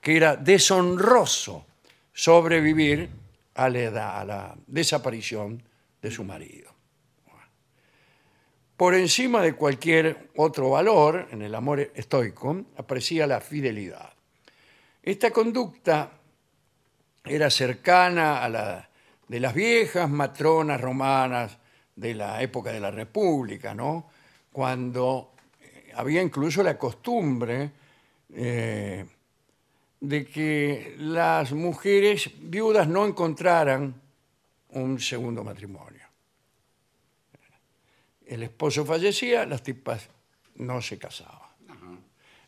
A: que era deshonroso sobrevivir a la, edad- a la desaparición de su marido por encima de cualquier otro valor en el amor estoico, aprecia la fidelidad. Esta conducta era cercana a la de las viejas matronas romanas de la época de la República, ¿no? Cuando eh, había incluso la costumbre eh, de que las mujeres viudas no encontraran un segundo matrimonio el esposo fallecía, las tipas no se casaban.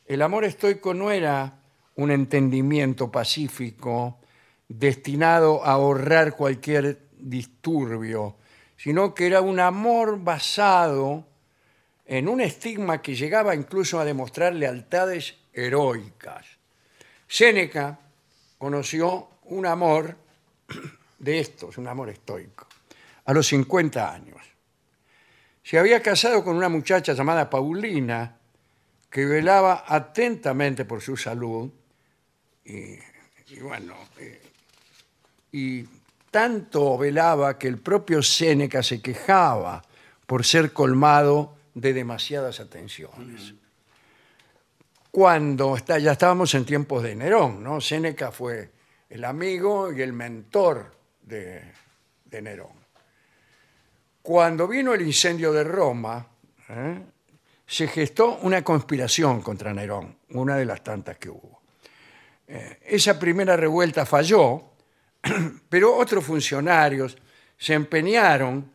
A: El amor estoico no era un entendimiento pacífico destinado a ahorrar cualquier disturbio, sino que era un amor basado en un estigma que llegaba incluso a demostrar lealtades heroicas. Séneca conoció un amor de estos, un amor estoico, a los 50 años se había casado con una muchacha llamada Paulina, que velaba atentamente por su salud Y, y bueno, eh, y tanto velaba que el propio Séneca se quejaba por ser colmado de demasiadas atenciones. Cuando está, ya estábamos en tiempos de Nerón, ¿no? Séneca fue el amigo y el mentor de, de Nerón. Cuando vino el incendio de Roma, ¿eh? se gestó una conspiración contra Nerón, una de las tantas que hubo. Eh, esa primera revuelta falló, pero otros funcionarios se empeñaron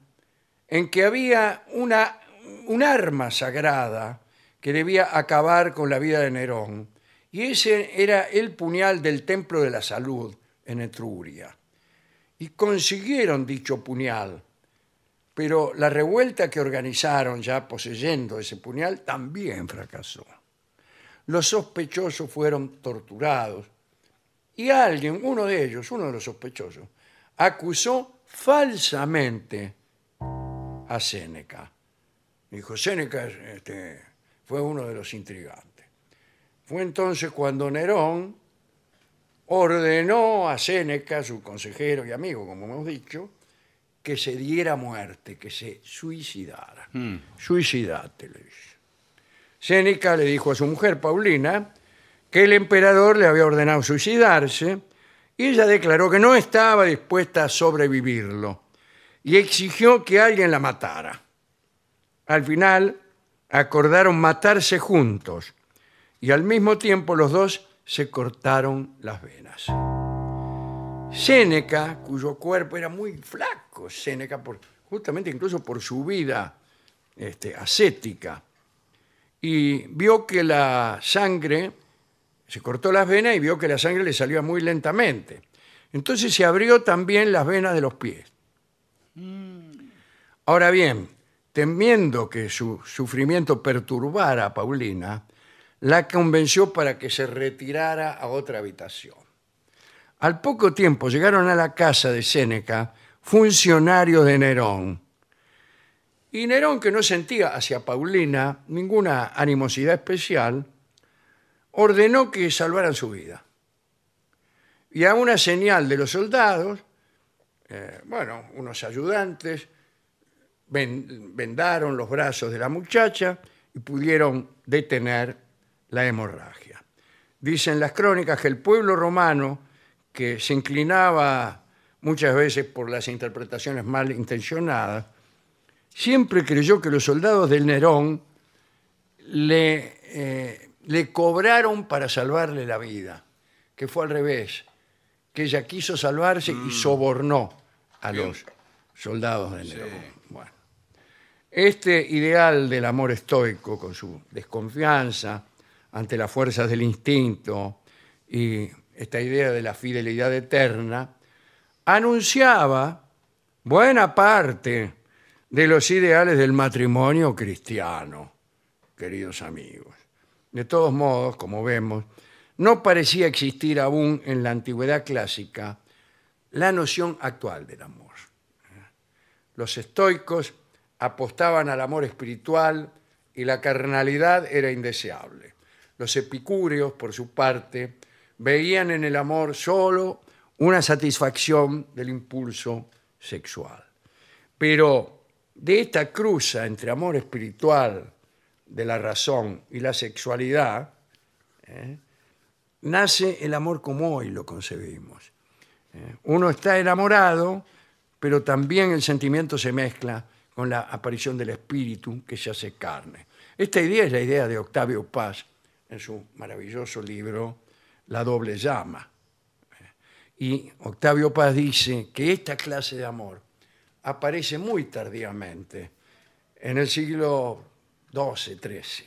A: en que había una, un arma sagrada que debía acabar con la vida de Nerón, y ese era el puñal del Templo de la Salud en Etruria. Y consiguieron dicho puñal, pero la revuelta que organizaron ya poseyendo ese puñal también fracasó. Los sospechosos fueron torturados y alguien, uno de ellos, uno de los sospechosos, acusó falsamente a Séneca. Dijo, Séneca este, fue uno de los intrigantes. Fue entonces cuando Nerón ordenó a Séneca, su consejero y amigo, como hemos dicho, que se diera muerte, que se suicidara. Suicidate, le dice. Séneca le dijo a su mujer, Paulina, que el emperador le había ordenado suicidarse y ella declaró que no estaba dispuesta a sobrevivirlo y exigió que alguien la matara. Al final acordaron matarse juntos y al mismo tiempo los dos se cortaron las venas. Séneca, cuyo cuerpo era muy flaco, Séneca, por- justamente incluso por su vida este, ascética, y vio que la sangre, se cortó las venas y vio que la sangre le salía muy lentamente. Entonces se abrió también las venas de los pies. Ahora bien, temiendo que su sufrimiento perturbara a Paulina, la convenció para que se retirara a otra habitación. Al poco tiempo llegaron a la casa de Séneca funcionarios de Nerón. Y Nerón, que no sentía hacia Paulina ninguna animosidad especial, ordenó que salvaran su vida. Y a una señal de los soldados, eh, bueno, unos ayudantes ven- vendaron los brazos de la muchacha y pudieron detener la hemorragia. Dicen las crónicas que el pueblo romano, que se inclinaba muchas veces por las interpretaciones mal intencionadas, siempre creyó que los soldados del Nerón le, eh, le cobraron para salvarle la vida, que fue al revés, que ella quiso salvarse y sobornó a los soldados del Nerón. Bueno. Este ideal del amor estoico, con su desconfianza ante las fuerzas del instinto y esta idea de la fidelidad eterna, anunciaba buena parte de los ideales del matrimonio cristiano, queridos amigos. De todos modos, como vemos, no parecía existir aún en la antigüedad clásica la noción actual del amor. Los estoicos apostaban al amor espiritual y la carnalidad era indeseable. Los epicúreos, por su parte, veían en el amor solo una satisfacción del impulso sexual. Pero de esta cruza entre amor espiritual de la razón y la sexualidad, ¿eh? nace el amor como hoy lo concebimos. ¿eh? Uno está enamorado, pero también el sentimiento se mezcla con la aparición del espíritu que se hace carne. Esta idea es la idea de Octavio Paz en su maravilloso libro La doble llama. Y Octavio Paz dice que esta clase de amor aparece muy tardíamente, en el siglo XII-XIII,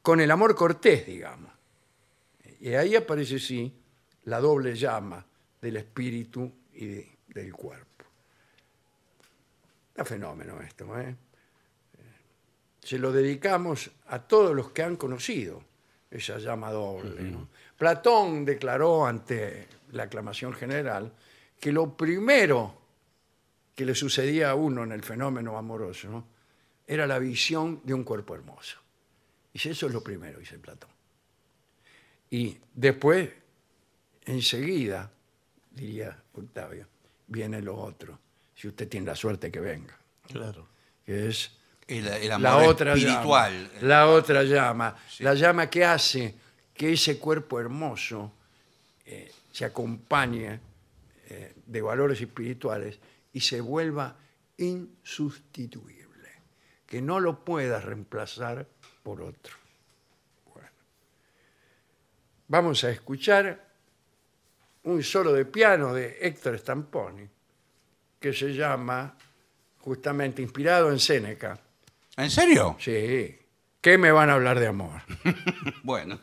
A: con el amor cortés, digamos. Y ahí aparece, sí, la doble llama del espíritu y de- del cuerpo. Está fenómeno esto, ¿eh? se lo dedicamos a todos los que han conocido esa llama doble. ¿no? Platón declaró ante la aclamación general que lo primero que le sucedía a uno en el fenómeno amoroso ¿no? era la visión de un cuerpo hermoso. Dice, eso es lo primero, dice Platón. Y después, enseguida, diría Octavio, viene lo otro. Si usted tiene la suerte que venga,
C: Claro.
A: que es
B: El, el
A: la
B: amor
A: otra
B: espiritual.
A: llama, la otra llama, la llama que hace que ese cuerpo hermoso eh, se acompañe eh, de valores espirituales y se vuelva insustituible, que no lo puedas reemplazar por otro. Bueno. Vamos a escuchar un solo de piano de Héctor Stamponi que se llama justamente inspirado en Séneca.
B: ¿En serio?
A: Sí. ¿Qué me van a hablar de amor?
B: Bueno.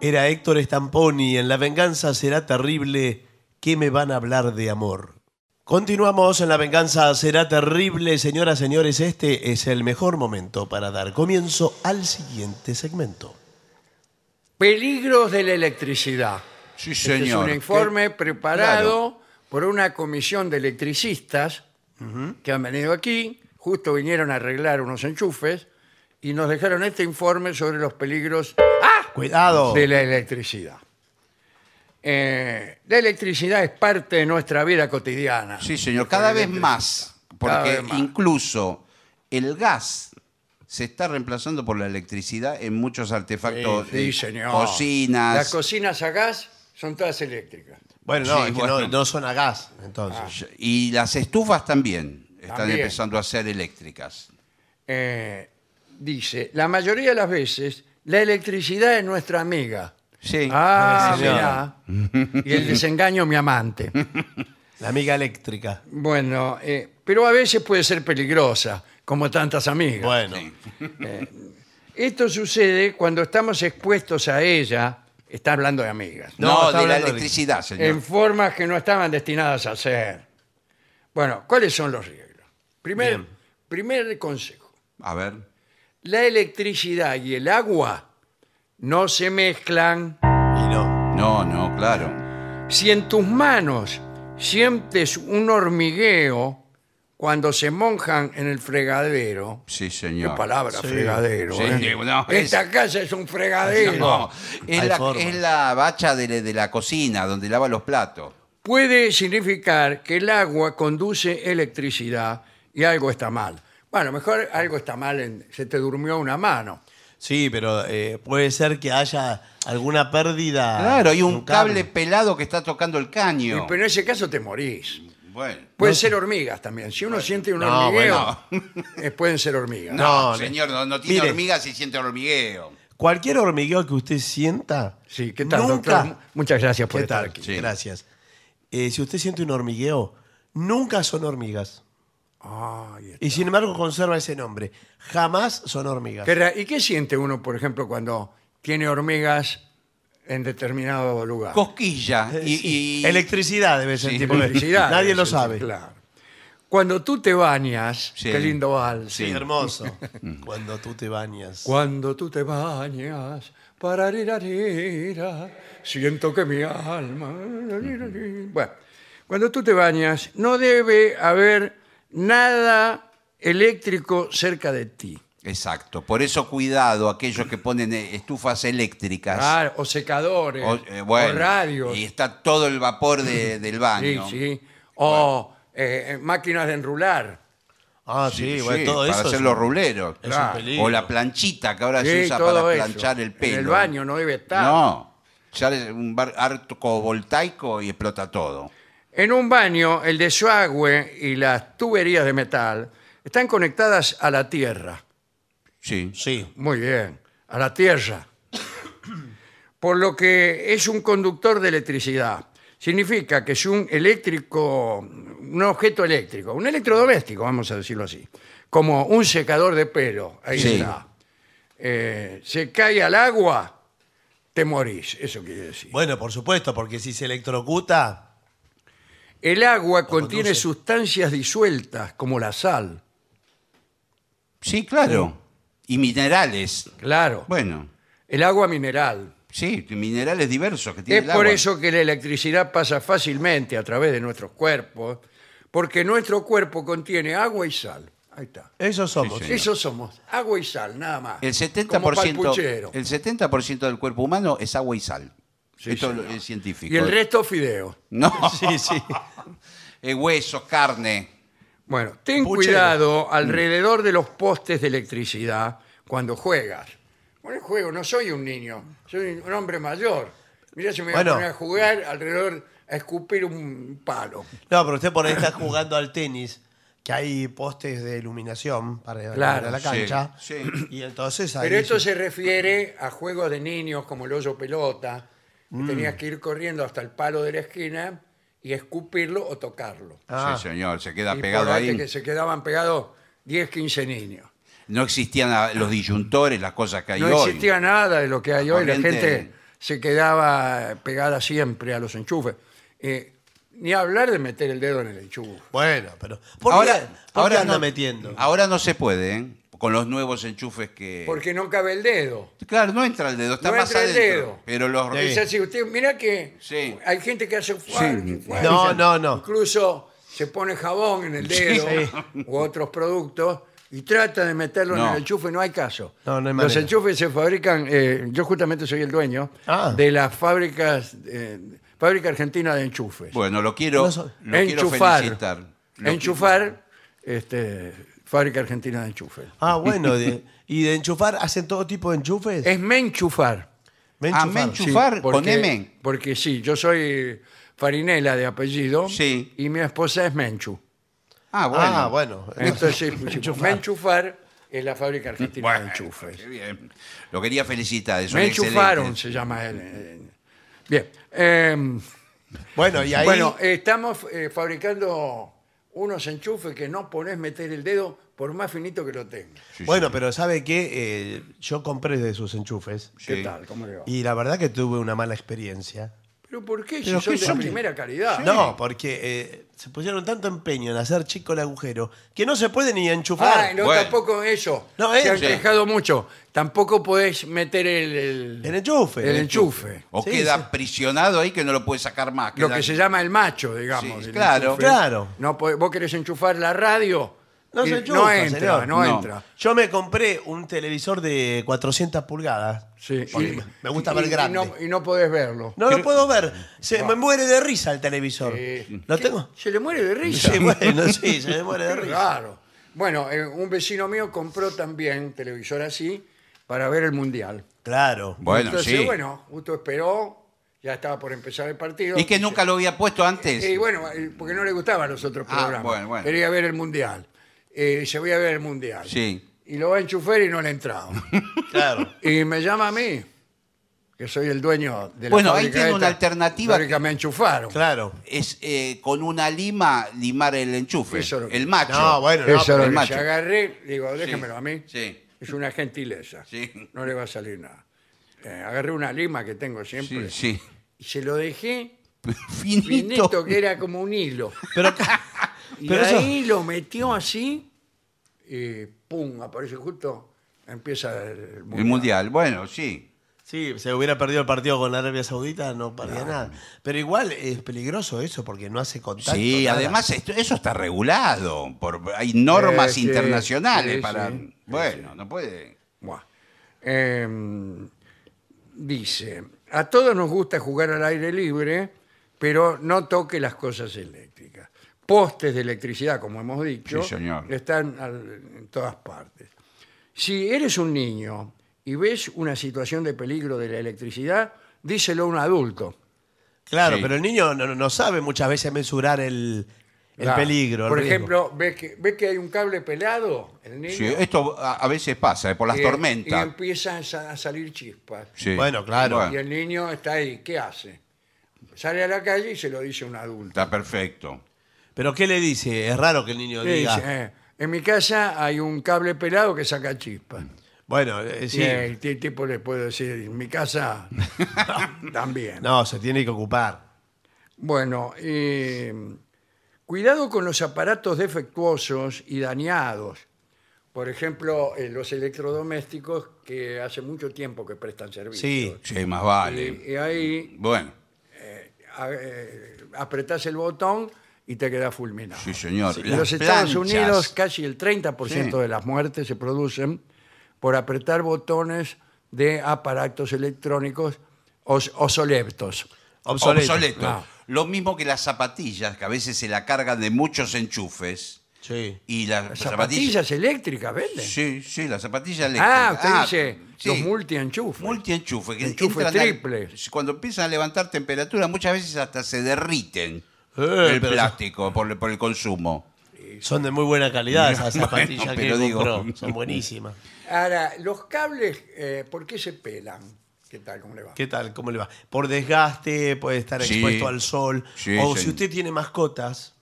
C: Era Héctor Stamponi en La venganza será terrible. ¿Qué me van a hablar de amor? Continuamos en La venganza será terrible. Señoras, señores, este es el mejor momento para dar comienzo al siguiente segmento.
A: Peligros de la electricidad.
B: Sí,
A: Este
B: señor.
A: es un informe preparado por una comisión de electricistas que han venido aquí, justo vinieron a arreglar unos enchufes y nos dejaron este informe sobre los peligros ¡Ah!
C: Cuidado.
A: de la electricidad. Eh, la electricidad es parte de nuestra vida cotidiana.
B: Sí, señor, cada vez
A: Electricidad.
B: más,
A: Cada
B: porque
A: vez más.
B: incluso el gas se está reemplazando por la electricidad en muchos artefactos
A: Sí,
B: de
A: señor. Las
B: eh, cocinas.
A: cocinas a gas son todas eléctricas.
C: Bueno, no,
B: Sí,
C: es que
B: bueno. Ah,
C: no, no son a gas, entonces.
B: y las estufas también están
A: También.
B: empezando a ser eléctricas.
A: Eh, dice, la mayoría de las veces la electricidad es nuestra amiga.
B: Sí.
A: Ah,
C: Sí,
A: mirá. Y el desengaño mi amante.
C: La amiga eléctrica.
A: Bueno, eh, pero a veces puede ser peligrosa, como tantas amigas.
C: Bueno,
A: Esto sucede cuando estamos expuestos a ella, está hablando de amigas,
C: No,
B: No,
C: está
B: de la
C: hablando de-
B: electricidad, señor.
A: en formas que no estaban destinadas a ser. Bueno, ¿cuáles son los riesgos? Primer,
C: Bien.
A: primer consejo.
B: A ver.
A: La electricidad y el agua no se mezclan
C: y no.
B: No, no, claro.
A: Si en tus manos sientes un hormigueo cuando se monjan en el fregadero,
B: Sí,
A: qué
B: señor.
A: palabra,
C: Sí.
A: fregadero.
B: Sí,
A: ¿eh?
B: digo, no, es-
A: Esta casa es un fregadero.
B: No, es,
C: Hay
B: la,
C: forma.
B: es la bacha de, la- de la cocina donde lava los platos.
A: puede significar que el agua conduce electricidad y algo está mal. Bueno, mejor algo está mal, en, se te durmió una mano.
C: Sí, pero eh, puede ser que haya alguna pérdida.
B: Claro, hay
C: de
B: un cable pelado que está tocando el
A: Y-
B: caño.
A: pero en ese caso te morís.
B: Bueno.
A: Pueden ser hormigas también. Si uno siente un
C: No,
A: hormigueo, eh, pueden ser hormigas.
B: No,
C: No,
B: señor, no, no tiene
C: mire.
B: hormigas y siente hormigueo.
C: Cualquier hormigueo que usted sienta.
A: Sí, ¿qué tal,
C: nunca,
A: doctor? Muchas gracias por
C: ¿Qué
A: estar
C: tal?
A: aquí.
B: Sí.
C: Gracias. Eh, si usted siente un hormigueo, nunca son hormigas.
A: Ay,
C: Y sin embargo conserva ese nombre. Jamás son hormigas.
A: qué ra- ¿Y qué siente uno, por ejemplo, cuando tiene hormigas en determinado lugar?
B: Cosquilla y,
C: Eh, Sí.
B: y-
C: Electricidad debe sentir. porque
A: Electricidad,
C: Nadie lo
A: sí,
C: sabe.
A: Claro. Cuando tú te bañas,
B: Sí.
A: qué lindo vals.
B: Sí. Mm.
C: Hermoso. Cuando tú te bañas.
A: Cuando tú te bañas, para siento que mi alma. Bueno, cuando tú te bañas, no debe haber nada eléctrico cerca de ti.
B: Exacto. Por eso cuidado aquellos que ponen eh, estufas eléctricas.
A: Ah, o secadores,
B: O,
A: o,
B: eh, bueno,
A: radios.
B: Y está todo el vapor de- del
A: Sí,
B: baño.
A: sí. O eh, máquinas de enrular.
C: Ah, sí, bueno, todo
B: para
C: eso.
B: hacer
C: es-
B: los ruleros.
C: es
A: Claro.
C: un peligro.
B: O la planchita que ahora
A: Sí,
B: se usa
A: todo
B: para
A: eso.
B: planchar el pelo.
A: En el baño no debe estar.
B: No. Sale un bar arco voltaico y explota todo.
A: En un baño, el desagüe y las tuberías de metal están conectadas a la tierra.
B: Sí.
C: Sí.
A: Muy bien, a la Tierra. Por lo que es un conductor de electricidad. Significa que es un eléctrico, un objeto eléctrico, un electrodoméstico, vamos a decirlo así. Como un secador de pelo, ahí
B: Sí.
A: está. Eh, se cae al agua, te morís, eso quiere decir.
C: Bueno, por supuesto, porque si se electrocuta.
A: El agua contiene
C: conduce.
A: sustancias disueltas, como la sal.
B: Sí, claro. Y minerales.
A: Claro.
B: Bueno,
A: El agua mineral.
B: sí, minerales diversos que tiene
A: Es
B: el
A: por
B: agua.
A: eso que la electricidad pasa fácilmente a través de nuestros cuerpos, porque nuestro cuerpo contiene agua y sal. Ahí está.
C: Eso somos.
B: Sí, señor.
A: Eso somos, agua y sal, nada más.
B: El
A: Como
B: 70%,
A: palpuchero.
B: el 70 del cuerpo humano es agua y sal.
A: Sí,
B: Esto
A: señor.
B: es científico.
A: Y el resto fideo.
B: No,
C: Sí, sí.
B: es hueso, carne.
A: Bueno, ten
C: Puchero.
A: cuidado
B: Mm.
A: alrededor de los postes de electricidad cuando juegas. Bueno, juego, no soy un niño, soy un hombre mayor. Mirá si me voy a
C: Bueno.
A: poner a jugar alrededor, a escupir un palo.
C: No, pero usted por ahí está jugando al tenis, que hay postes de iluminación para,
A: Claro,
C: para la
A: sí,
C: cancha.
B: sí.
C: Y entonces ahí.
A: Pero esto se refiere a juegos de niños como el hoyo pelota, que
B: Mm.
A: tenías que ir corriendo hasta el palo de la esquina y escupirlo o tocarlo.
C: Ah.
B: Sí, señor, se queda
A: Y
B: pegado
A: acordate
B: ahí.
A: que se quedaban pegados 10, 15 niños.
B: No existían ah, los disyuntores, las cosas que hay
A: No
B: hoy.
A: existía nada de lo que hay hoy. La
B: Corriente.
A: gente se quedaba pegada siempre a los enchufes. Eh, ni hablar de meter el dedo en el enchufe.
C: Bueno, pero. ¿Por
B: ahora,
C: qué, por qué
B: ahora
C: anda
B: no,
C: metiendo?
B: Ahora no se puede, ¿eh? con los nuevos enchufes que.
A: Porque no cabe el dedo.
B: Claro, no entra el dedo, está
A: No
B: más
A: entra el
B: adentro.
A: dedo.
B: Pero los
C: Sí.
A: Es así, usted, mira que
B: Sí.
A: hay gente que hace fuerte, fuerte.
C: No, no, no.
A: Incluso se pone jabón en el dedo u otros productos y trata de meterlo en
B: No.
A: el enchufe, no hay caso.
C: No, no hay
A: Los
C: manera.
A: enchufes se fabrican, eh, yo justamente soy el dueño
C: Ah.
A: de las fábricas, eh, fábrica argentina de enchufes.
B: Bueno, lo quiero,
C: No so-
B: lo quiero
A: enchufar,
B: felicitar. Lo-
A: enchufar, este, fábrica argentina de enchufes.
C: Ah, bueno, de- y de enchufar, ¿hacen todo tipo de enchufes?
A: Es me enchufar.
C: Me
B: Ah,
C: enchufar.
B: me Enchufar con
A: porque,
B: M.
A: Porque sí, yo soy Farinela de apellido
B: Sí.
A: y mi esposa es Menchu.
B: Ah, bueno.
C: Ah, bueno.
A: Entonces, pusimos, Menchufar es la fábrica argentina de
B: Bueno,
A: enchufes.
B: qué bien. Lo quería felicitar. Son
A: Me enchufaron,
B: excelentes.
A: se llama él. eh, Bien. eh,
C: Bueno, y ahí.
A: Bueno, eh, estamos eh, fabricando unos enchufes que no podés meter el dedo por más finito que lo tengas.
B: Sí,
C: bueno,
B: sí.
C: pero ¿sabe qué? Eh, yo compré de sus enchufes.
A: ¿Qué
B: Sí.
A: tal? ¿Cómo le va?
C: Y la verdad que tuve una mala experiencia.
A: ¿Pero por qué? Si
C: ¿Pero
A: son
C: qué
A: de
C: son?
A: primera calidad.
C: No, porque eh, se pusieron tanto empeño en hacer chico el agujero que no se puede ni enchufar.
A: Ah, no,
B: Bueno.
A: tampoco eso.
C: No, este.
A: Se han
C: eso.
A: quejado mucho. Tampoco podés meter el...
C: El enchufe.
A: El enchufe.
B: O
C: Sí,
B: queda
C: sí.
B: prisionado ahí que no lo puede sacar más.
A: Lo
B: queda-
A: que se llama el macho, digamos.
B: Sí,
A: el
B: claro.
A: enchufe.
C: Claro.
A: No, po- vos querés enchufar la radio.
C: No
A: y
C: se enchufa,
A: entra,
C: señor.
A: no,
B: No.
A: entra.
C: Yo me compré un televisor de 400 pulgadas.
A: Sí,
C: Porque
A: y-
C: me gusta
A: y-
C: ver
A: y
C: grande.
A: no- Y no, podés verlo.
C: No lo puedo ver. Se me muere de risa el televisor.
A: Eh,
C: ¿Lo
A: ¿qué?
C: tengo?
A: Se le muere de risa.
C: Sí, bueno, sí, se me muere de
A: Qué
C: risa.
A: raro. Bueno, eh, un vecino mío compró también un televisor así para ver el Mundial.
C: Claro.
B: Bueno,
A: Entonces,
B: sí.
A: bueno, justo esperó, ya estaba por empezar el partido.
B: Y que nunca lo había puesto antes.
A: Y bueno, eh, porque no le gustaban los otros
B: Ah,
A: programas.
B: bueno, bueno.
A: Quería ver el Mundial. Eh, se voy a ver el Mundial.
B: Sí.
A: Y lo va a enchufar y no le entraba.
C: Claro.
A: y me llama a mí, que soy el dueño de la
B: Bueno, ahí
A: fábrica
B: tiene
A: esta,
B: una alternativa.
A: fábrica me enchufaron.
C: Claro.
B: Es eh, con una lima limar el enchufe.
A: Eso lo que-
B: El macho.
C: No, bueno, no,
A: Eso
C: pero
A: lo
B: el
A: que
B: macho.
A: yo agarré, digo, déjemelo a mí.
B: Sí.
A: Es una gentileza.
B: Sí.
A: No le va a salir nada. Eh, agarré una lima que tengo siempre
B: Sí, sí.
A: y se lo dejé
B: Finito.
A: finito, que era como un hilo.
C: Pero acá-
A: Y
C: Pero eso-
A: ahí lo metió así y pum, aparece justo, empieza el mundial.
B: El mundial, bueno, sí.
C: Sí, se hubiera perdido el partido con Arabia Saudita, no perdía nada. Pero igual es peligroso eso porque no hace contacto.
B: Sí,
C: nada.
B: además esto- eso está regulado. Por, hay normas
A: sí,
B: internacionales
A: sí,
B: para.
A: sí, sí,
B: bueno, no puede.
A: Buah. Em, dice, a todos nos gusta jugar al aire libre, pero no toque las cosas eléctricas. Postes de electricidad, como hemos dicho,
B: Sí, señor.
A: están al- en todas partes. Si eres un niño y ves una situación de peligro de la electricidad, díselo a un adulto.
C: Claro,
B: Sí.
C: pero el niño no, no sabe muchas veces mensurar el, el
A: Claro.
C: peligro. el
A: Por
C: riesgo.
A: ejemplo, ves que, ves que hay un cable pelado, el niño,
B: Sí, esto a, a veces pasa, eh, por las
A: y-
B: tormentas.
A: y empiezan a sa- a salir chispas.
B: Sí.
C: Bueno, claro.
A: Y el niño está ahí, ¿qué hace? Sale a la calle y se lo dice un adulto.
B: está perfecto.
C: Pero ¿qué le dice? Es raro que el niño
A: Le
C: diga.
A: dice, eh, en mi casa hay un cable pelado que saca chispa.
C: Bueno, eh, sí.
A: Y el t- tipo le puede decir, en mi casa también.
C: No, se tiene que ocupar.
A: Bueno, eh, cuidado con los aparatos defectuosos y dañados. Por ejemplo, eh, los electrodomésticos que hace mucho tiempo que prestan servicio.
C: Sí.
B: Sí, más vale.
A: Y- y ahí
B: Bueno,
A: a- eh, apretás el botón y te quedás fulminado.
B: sí, señor.
A: en
B: Las
A: los Estados
B: planchas.
A: Unidos casi el 30%
B: Sí.
A: de las muertes se producen por apretar botones de aparatos electrónicos os- obsoletos. Ah.
C: Obsoleto.
B: Obsoleto.
A: No.
B: Lo mismo que las zapatillas, que a veces se la cargan de muchos enchufes.
C: Sí. Eh,
B: Y las,
A: Las
B: zapatillas.
A: zapatillas eléctricas venden.
B: Sí, sí, las zapatillas
A: ah, usted
B: eléctricas.
A: dice
B: sí.
A: los multienchufes.
B: Multienchufe. que
A: Enchufe
B: entran al-
A: triple.
B: cuando empiezan a levantar temperatura, muchas veces hasta se derriten
C: Eh,
B: el
C: pero-
B: plástico por, por el consumo.
C: Son de muy buena calidad esas
B: Bueno,
C: zapatillas
B: pero
C: que
B: digo-
C: compró. Son buenísimas.
A: Ahora, los cables, eh, ¿por qué se pelan? ¿Qué tal? ¿Cómo le va?
C: ¿Qué tal? ¿Cómo le va? Por desgaste, puede estar
B: Sí.
C: expuesto al sol.
B: Sí,
C: o
B: sí.
C: si usted tiene mascotas,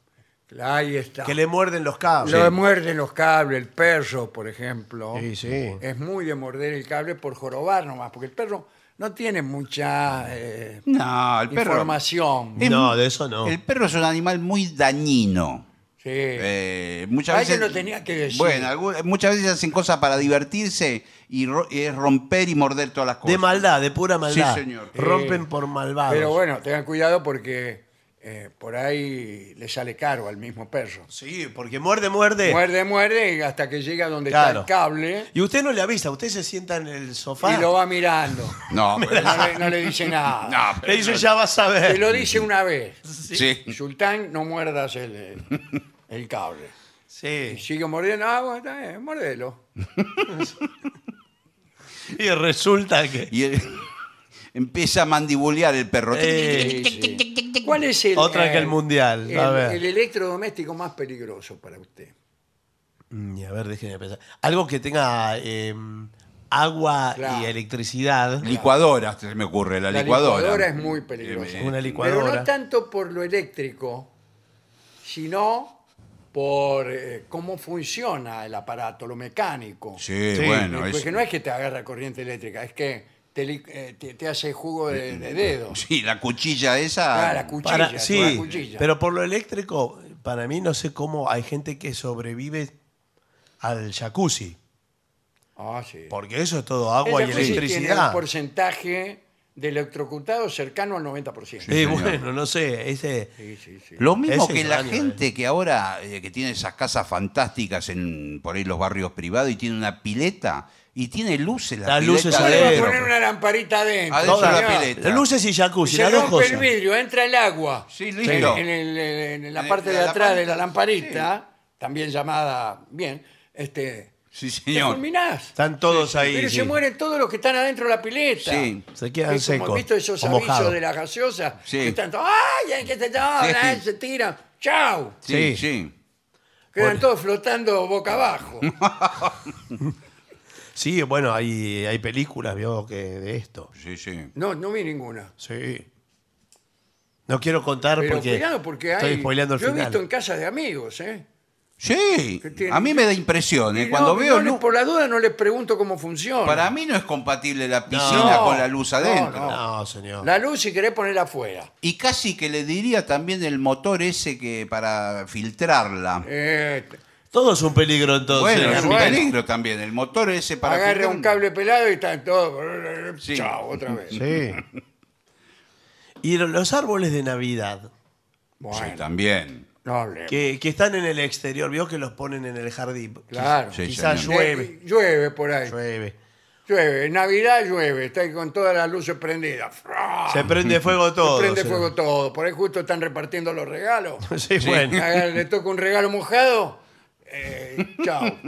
A: Ahí está.
C: que le muerden los cables.
A: Lo muerden los cables, el perro, por ejemplo.
C: Sí, sí.
A: Es muy de morder el cable por jorobar nomás, porque el perro no tiene mucha eh,
B: No, el perro.
A: información.
B: Es-
C: No, de eso no.
B: El perro es un animal muy dañino.
A: Sí.
B: Eh, muchas
A: Alguien
B: veces,
A: lo tenía que decir.
B: Bueno, algu- muchas veces hacen cosas para divertirse y ro- y es romper y morder todas las cosas.
C: De maldad, de pura maldad. Eh,
B: señor.
C: Rompen
A: Sí.
C: por malvados.
A: Pero bueno, tengan cuidado porque eh, por ahí le sale caro al mismo perro.
C: Sí, porque muerde, muerde.
A: Muerde, muerde y hasta que llega donde está
C: Claro.
A: el cable
C: Y usted no le avisa, usted se sienta en el sofá.
A: y lo va mirando.
B: No, pero-
A: No le, no le dice nada.
B: no,
C: Le
B: pero-
C: dice, ya vas a
A: Te
C: ver.
A: lo dice una vez.
B: sí.
A: Sultán, no muerdas el, el cable. Y
C: Sí.
A: sigue mordiendo, ah, bueno, está bien, mordelo.
C: Y resulta que.
B: Y él- empieza a mandibulear el perro.
C: Eh,
A: Sí, sí. ¿Cuál es el.
C: Otra que
A: eh,
C: el mundial,
A: El,
C: a ver.
A: el electrodoméstico más peligroso para usted.
C: Mm, y a ver, déjenme pensar. Algo que tenga eh, agua
A: Claro.
C: y electricidad.
B: Licuadora, se me ocurre, la,
A: La
B: licuadora.
A: licuadora es muy peligrosa.
B: Eh,
C: Una
A: Pero
C: licuadora.
A: no tanto por lo eléctrico, sino por eh, cómo funciona el aparato, lo mecánico.
B: Sí,
C: Sí,
B: bueno.
A: Porque
B: es-
A: no es que te agarra corriente eléctrica, es que te, li- eh, te- te hace jugo de, de dedos.
B: Sí, la cuchilla esa.
A: Ah, la cuchilla.
C: Para-
A: con la
C: sí,
A: cuchilla.
C: pero por lo eléctrico, para mí no sé cómo hay gente que sobrevive al jacuzzi,
A: Ah, sí.
C: porque eso es todo
A: El
C: agua y
A: jacuzzi Tiene un
C: electricidad.
A: porcentaje de electrocutados cercano al 90%.
C: Sí, bueno, no sé, ese
A: Sí, sí, sí.
B: Lo mismo
C: Ese
B: que
C: es
B: la
C: daño,
B: gente que ahora, eh, que tiene esas casas fantásticas en por ahí los barrios privados y tiene una pileta y tiene luces. La
C: Las
B: pileta
C: luces
A: Le va a
C: adentro.
A: poner una lamparita adentro.
B: Adentro
A: señor.
B: de la pileta.
C: luces y jacuzzi,
A: Se
C: las dos
A: rompe
C: cosas.
A: el vidrio, entra el agua.
B: Sí,
A: En,
B: listo.
A: en el- en la
B: En
A: parte
B: la
A: de atrás
B: lamparita,
A: de la lamparita, también llamada, bien, este,
B: Sí,
A: te
B: señor.
A: fulminás.
C: Están todos ahí.
A: Pero
C: sí.
A: se mueren todos los que están adentro de la pileta.
B: Sí.
C: Se quedan
A: Es como,
C: secos.
A: ¿Viste esos
C: o
A: avisos
C: mojados.
A: de las gaseosas?
B: Sí.
A: Que están todos, ¡ay! hay que se
B: Sí.
A: ay, se tiran. ¡Chao!
B: Sí,
C: Sí.
B: sí.
A: Quedan
C: Pobre.
A: todos flotando boca abajo.
C: Sí, bueno, hay, hay películas, vio, que de esto.
B: Sí, sí.
A: No, no vi ninguna.
C: Sí. No quiero contar
A: Pero
C: porque,
A: cuidado porque hay.
C: estoy spoileando el
A: yo he
C: final.
A: visto en casas de amigos, ¿eh?
B: Sí,
A: Que tiene-
B: a mí me da impresión. eh,
A: Y
B: Cuando
A: no,
B: veo
A: no les-
B: luz,
A: por la duda no les pregunto cómo funciona.
B: para mí no es compatible la piscina
A: No,
B: con la luz
A: no,
B: adentro.
A: no.
C: No, señor.
A: La luz si querés ponerla afuera.
B: Y casi que le diría también el motor ese que para filtrarla.
A: Eh,
C: Todo es un peligro entonces.
B: bueno, es un
A: bueno.
B: peligro también. El motor ese para
A: agarra
B: filtrar-
A: un cable pelado y están todos.
B: Sí.
A: Chao, otra vez.
C: Sí. Y lo- los árboles de Navidad
A: Bueno,
B: Sí, también.
A: no hablemos.
C: que, que están en el exterior, vio que los ponen en el jardín.
A: Claro.
B: Sí,
C: Quizás
B: señor.
A: Eh,
C: llueve.
A: llueve por ahí.
C: Llueve.
A: Llueve. En Navidad llueve. Está ahí con todas las luces prendidas. ¡Fra!
C: Se prende fuego todo.
A: Ah. Se prende
C: señor.
A: fuego todo. Por ahí justo están repartiendo los regalos.
C: Sí, bueno.
A: Agarra- Le toca un regalo mojado. eh, chao.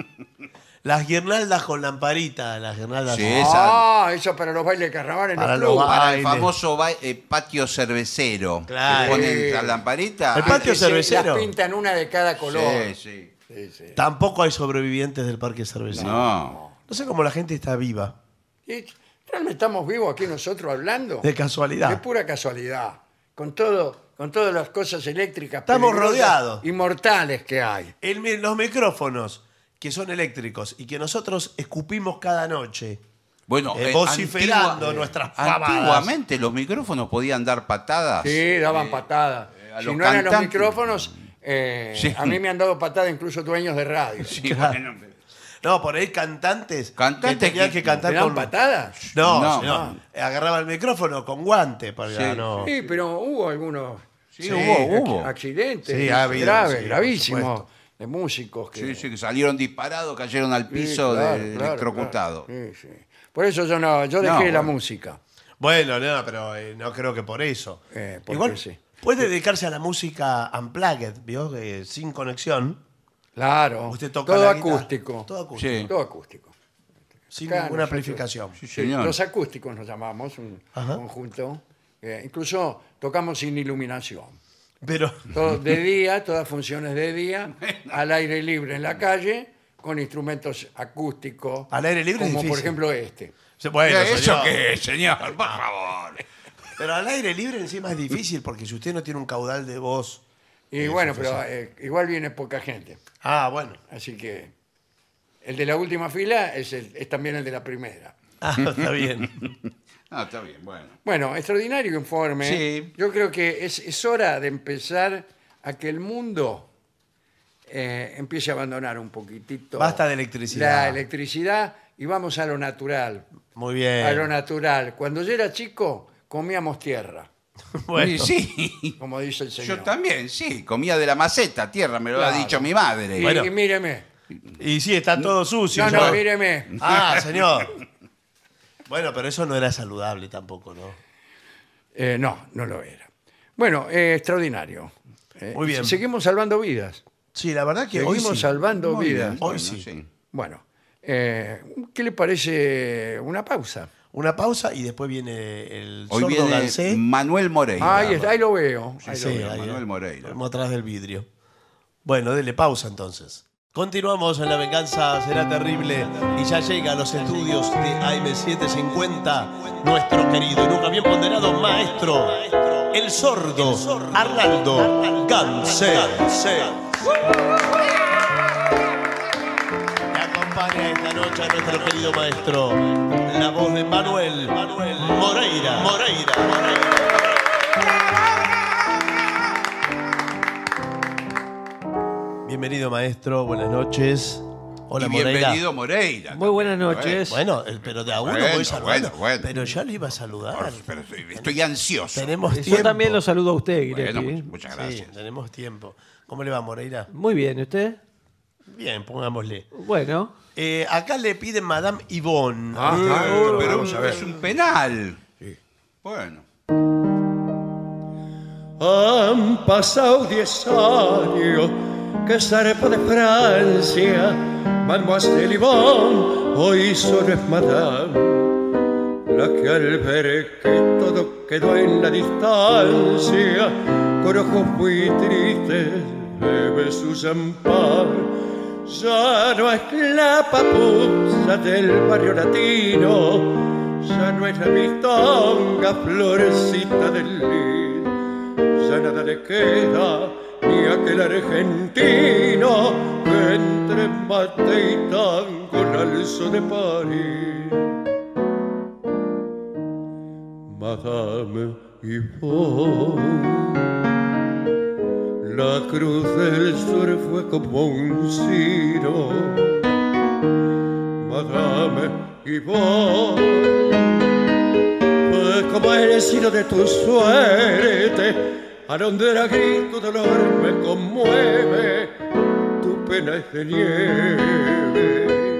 C: Las guirnaldas con lamparita, las guirnaldas.
B: Sí, es-
A: Ah, eso para los bailes de carnaval en
C: Para
A: los
C: los
A: clubes.
C: ba-
B: Para el
C: Aire.
B: famoso ba- eh, patio cervecero.
C: Claro.
B: Que ponen
A: Sí.
B: la lamparita.
C: El
B: Ah,
C: patio
A: Que se-
C: cervecero.
A: Las pintan una de cada color.
B: Sí, sí.
A: Sí, sí.
C: Tampoco hay sobrevivientes del parque cervecero. No.
B: No.
C: sé cómo la gente está viva.
A: Y realmente estamos vivos aquí nosotros hablando.
C: De
A: Es
C: casualidad.
A: pura casualidad. Con todo, con todas las cosas eléctricas.
C: Estamos
A: peligrosas
C: rodeados.
A: Y mortales que hay.
C: El mi- los micrófonos que son eléctricos y que nosotros escupimos cada noche.
B: Bueno,
C: Eh,
B: eh,
C: vociferando
B: antigua- eh,
C: nuestras pavadas.
B: Antiguamente los micrófonos podían dar patadas.
A: Sí, daban patadas.
B: Eh, a
A: si
B: los
A: no eran los
B: cantantes.
A: micrófonos, eh,
B: Sí.
A: a mí me han dado patadas incluso dueños de radio.
B: Sí, bueno, pero-
C: No, por ahí cantantes.
B: Cantantes
C: que tenían
B: que-
C: que
A: ¿Te
C: cantar
A: dan
C: con.
A: patadas?
C: No,
B: No.
C: no. Agarraba el micrófono con guante para
B: Sí.
C: no.
A: Sí, pero hubo algunos
B: Sí,
C: Sí,
B: hubo, hubo.
A: accidentes
C: Sí, ha habido,
A: graves,
C: sí, por
A: gravísimos,
C: supuesto.
A: de músicos que...
B: Sí, sí, que salieron disparados, cayeron al
A: Sí,
B: piso
A: claro,
B: de-
A: claro,
B: electrocutado.
A: claro. Sí, sí. Por eso yo no, yo dejé
B: No,
A: la
B: bueno.
A: música.
C: Bueno, no, pero eh, no creo que por eso.
A: Eh, porque
C: Igual
A: sí.
C: puede dedicarse a la música unplugged, ¿vio? Que sin conexión.
A: Claro.
C: Usted toca
A: todo
C: la guitarra.
A: acústico.
C: Todo acústico.
B: Sí.
A: Todo acústico.
C: Sin
A: Claro,
C: ninguna
A: yo-
C: amplificación.
B: Sí, señor.
A: Los acústicos nos llamamos, un
C: Ajá.
A: conjunto. Eh, incluso tocamos sin iluminación.
C: Pero
A: Todo de día, todas funciones de día, al aire libre en la calle, con instrumentos acústicos.
C: Al aire libre es
A: Como por
C: difícil.
A: ejemplo este.
C: se bueno,
B: ¿Eso
C: señor.
B: qué es, señor? Por favor.
C: Pero al aire libre encima es difícil porque si usted no tiene un caudal de voz.
A: Y bueno, pero eh, igual viene poca gente.
C: Ah, bueno.
A: Así que el de la última fila es, el- es también el de la primera.
C: Ah, está bien.
B: Ah, está bien, bueno.
A: Bueno, extraordinario informe. ¿eh?
B: Sí.
A: Yo creo que es, es hora de empezar a que el mundo eh, empiece a abandonar un poquitito.
C: Basta de electricidad.
A: La electricidad y vamos a lo natural.
C: Muy
A: A lo
C: bien.
A: natural. Cuando yo era chico, comíamos tierra,
C: Bueno,
B: Y sí,
A: como dice el señor.
B: yo también, sí. Comía de la maceta, tierra, me lo
A: Claro.
B: ha dicho mi
A: Y,
B: madre.
C: Bueno.
A: y míreme.
C: Y sí, está todo sucio.
A: no, no,
C: ya.
A: míreme.
C: Ah, señor. Bueno, pero eso no era saludable tampoco, ¿no?
A: Eh, no, no lo era. Bueno, eh, extraordinario. Eh,
C: Muy bien.
A: Seguimos salvando vidas.
C: Sí, la verdad que hoy
A: Seguimos
C: sí.
A: salvando
B: Muy bien,
A: vidas.
C: Hoy
B: bueno,
C: sí.
A: Bueno, eh, ¿qué le parece una pausa?
C: Una pausa y después viene el
B: Hoy
C: sordo
B: viene
C: Gansé.
B: Manuel Moreira.
A: ahí, está, ahí lo veo. ahí
C: Sí,
A: lo veo.
C: ahí,
B: Manuel
C: eh.
B: Moreira.
C: Vamos atrás del vidrio. Bueno, dele pausa entonces. Continuamos en La Venganza Será Terrible y ya llega a los estudios de AM750 nuestro querido y nunca bien ponderado maestro, el sordo Arnaldo Ganser. Te acompaña acompaña esta noche a nuestro querido maestro, la voz de Manuel, Manuel Moreira, Moreira, Moreira. Bienvenido maestro, buenas noches. Hola
B: y
C: Moreira.
B: bienvenido Moreira.
D: Muy buenas
B: Bueno,
D: noches.
C: Bueno, eh, pero de a uno
B: Bueno,
C: voy saludando.
B: bueno, bueno.
C: Pero ya lo iba a saludar.
B: Pero estoy, estoy ansioso.
C: Tenemos
D: Yo
C: tiempo.
D: también lo saludo a usted,
B: Bueno,
D: Giretti.
A: eh.
B: much- muchas
C: Sí,
B: gracias.
C: tenemos tiempo. ¿Cómo le va, Moreira?
D: Muy bien, ¿y usted?
C: Bien, pongámosle.
D: Bueno,
C: Eh, acá le piden Madame Yvonne.
B: Ah.
A: Ajá,
B: Pero
A: pero vamos a ver.
B: es un penal. Bueno.
E: Han pasado diez años que zarpa de Francia, Mademoiselle Yvonne, hoy solo es Madame, la que al ver que todo quedó en la distancia, con ojos muy tristes bebe su champán. Ya no es la papusa del barrio latino, ya no es la mistonga florecita del lirio ya nada le queda ni aquel argentino que entre mate y tango la alzó de París. Madame Yvonne, la cruz del sur fue como un ciro. Madame Yvonne, fue Pues como el sido de tu suerte, a donde la gris tu dolor me conmueve, tu pena es de nieve.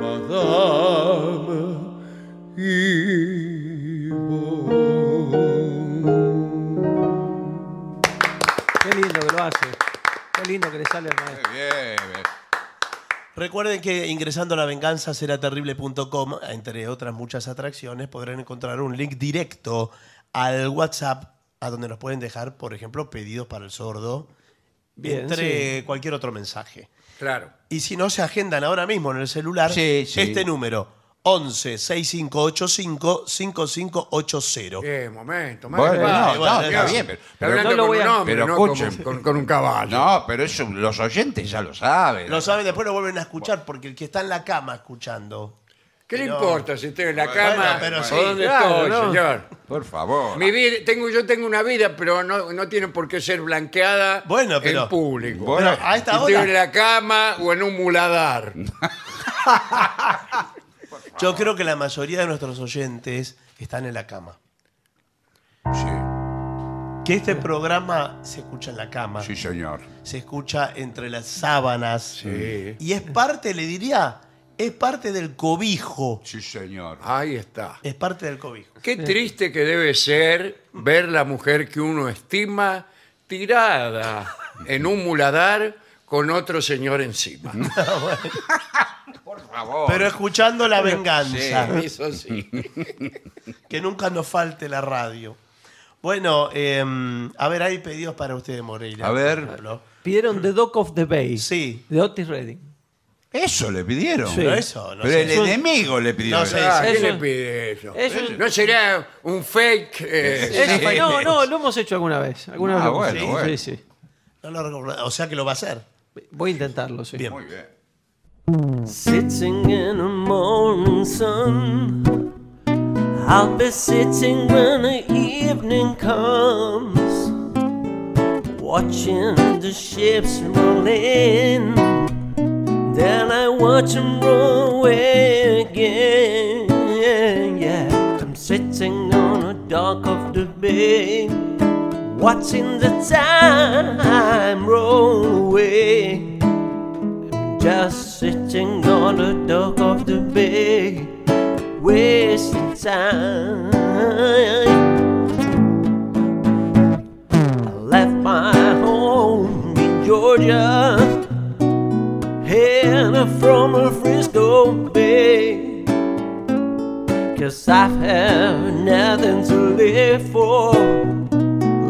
E: Madame Yvonne.
D: qué lindo que lo hace. Qué lindo que le sale al maestro.
B: Muy bien.
C: Recuerden que ingresando a lavenganzaseraterrible.com, entre otras muchas atracciones, podrán encontrar un link directo al WhatsApp a donde nos pueden dejar, por ejemplo, pedidos para el sordo,
D: Bien,
C: entre cualquier otro mensaje.
A: Claro.
C: Y si no se agendan ahora mismo en el celular,
B: Sí, sí.
C: este número 11 6585 5580.
A: Eh, momento.
B: Bueno,
A: vale.
B: no, no,
A: Señor,
B: está bien, pero-
A: está hablando
D: no lo
A: con
D: voy
A: un
D: a-
A: hombre,
B: pero
A: no con-
B: escuchen.
A: con, con un caballo.
B: No, pero eso los oyentes ya lo saben.
C: Lo saben, después lo vuelven a escuchar porque el que está en la cama escuchando.
A: ¿Qué le
C: No.
A: importa si estoy en la
B: Bueno,
A: cama
C: pero sí.
A: o dónde
D: Claro,
A: estoy,
D: ¿no?
A: señor?
B: Por favor.
A: Mi vida, tengo, yo tengo una vida, pero no, no tiene por qué ser blanqueada
C: Bueno, pero-
A: en público.
B: Bueno,
C: Pero a esta
A: Estoy en
C: hora,
A: la cama o en un muladar.
C: yo creo que la mayoría de nuestros oyentes están en la cama.
B: Sí,
C: Que este programa se escucha en la cama,
B: sí, señor.
C: se escucha entre las sábanas. Y es parte, le diría, es parte del cobijo.
B: Sí, señor.
A: Ahí está.
C: Es parte del cobijo.
A: Qué triste que debe ser ver la mujer que uno estima tirada en un muladar con otro señor encima.
B: Por favor.
C: Pero escuchando la venganza.
A: Eso sí.
C: Que nunca nos falte la radio. Bueno, eh, a ver, hay pedidos para ustedes, Moreira.
B: A
C: por
B: ver.
C: ejemplo.
D: Pidieron The Dock of the Bay.
C: Sí.
D: De Otis Redding.
B: Eso le pidieron.
D: Sí.
C: Pero eso, no
B: pero
C: sé.
B: el enemigo le pidió.
C: No sé.
B: eso.
A: Ah, ¿Qué
D: Eso-
A: le pide eso?
D: eso-
A: ¿No será un fake? eh,
D: Eso-
B: Sí.
D: no, no, lo hemos hecho alguna vez. Alguna
B: Ah,
D: vez lo hemos
B: bueno,
D: hecho.
B: bueno.
D: Sí, sí.
C: No lo recuerdo. O sea que lo va a hacer.
D: Voy a intentarlo, sí.
C: Bien.
B: Muy bien.
F: Sitting in the morning sun. I'll be sitting when the evening comes. Watching the ships roll in. Then I watch them roll away again. Yeah, I'm sitting on the dock of the bay. Watching the time roll away just sitting on the dock of the bay, wasting time. I left my home in Georgia, headed from a Frisco Bay. Cause I've had nothing to live for.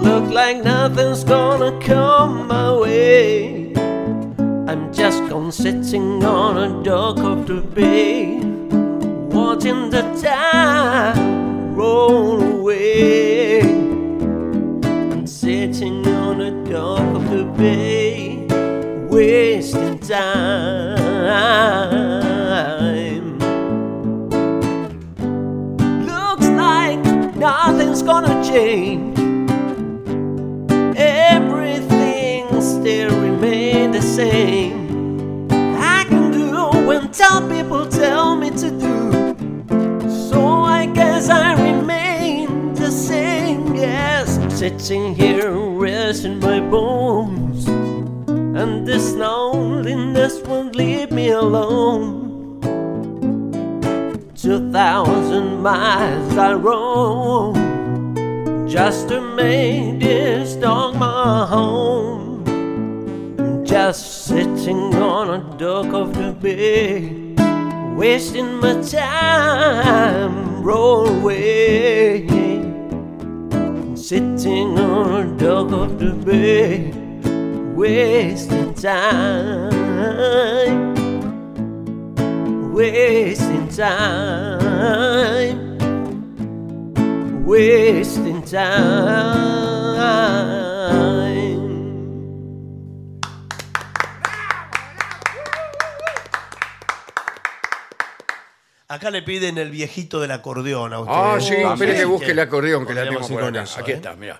F: Look like nothing's gonna come my way. I'm just gone sitting on a dock of the bay, watching the time roll away. I'm sitting on a dock of the bay, wasting time. change. Everything still remain the same. I can do when tell people tell me to do. So I guess I remain the same. Yes, I'm sitting here resting my bones, and this loneliness won't leave me alone. Two thousand miles I roam just to make this dog my home. Just sitting on a dock of the bay, wasting my time, roll away. Sitting on a dock of the bay, wasting time wasting time, wasting time.
C: Acá le piden el viejito del acordeón a usted.
A: Ah, sí,
C: También,
A: espere que busque el acordeón que la
C: podríamos
A: tengo
C: ir
A: por
C: con
A: acá.
C: eso,
A: Aquí
C: ¿eh?
A: está, mira.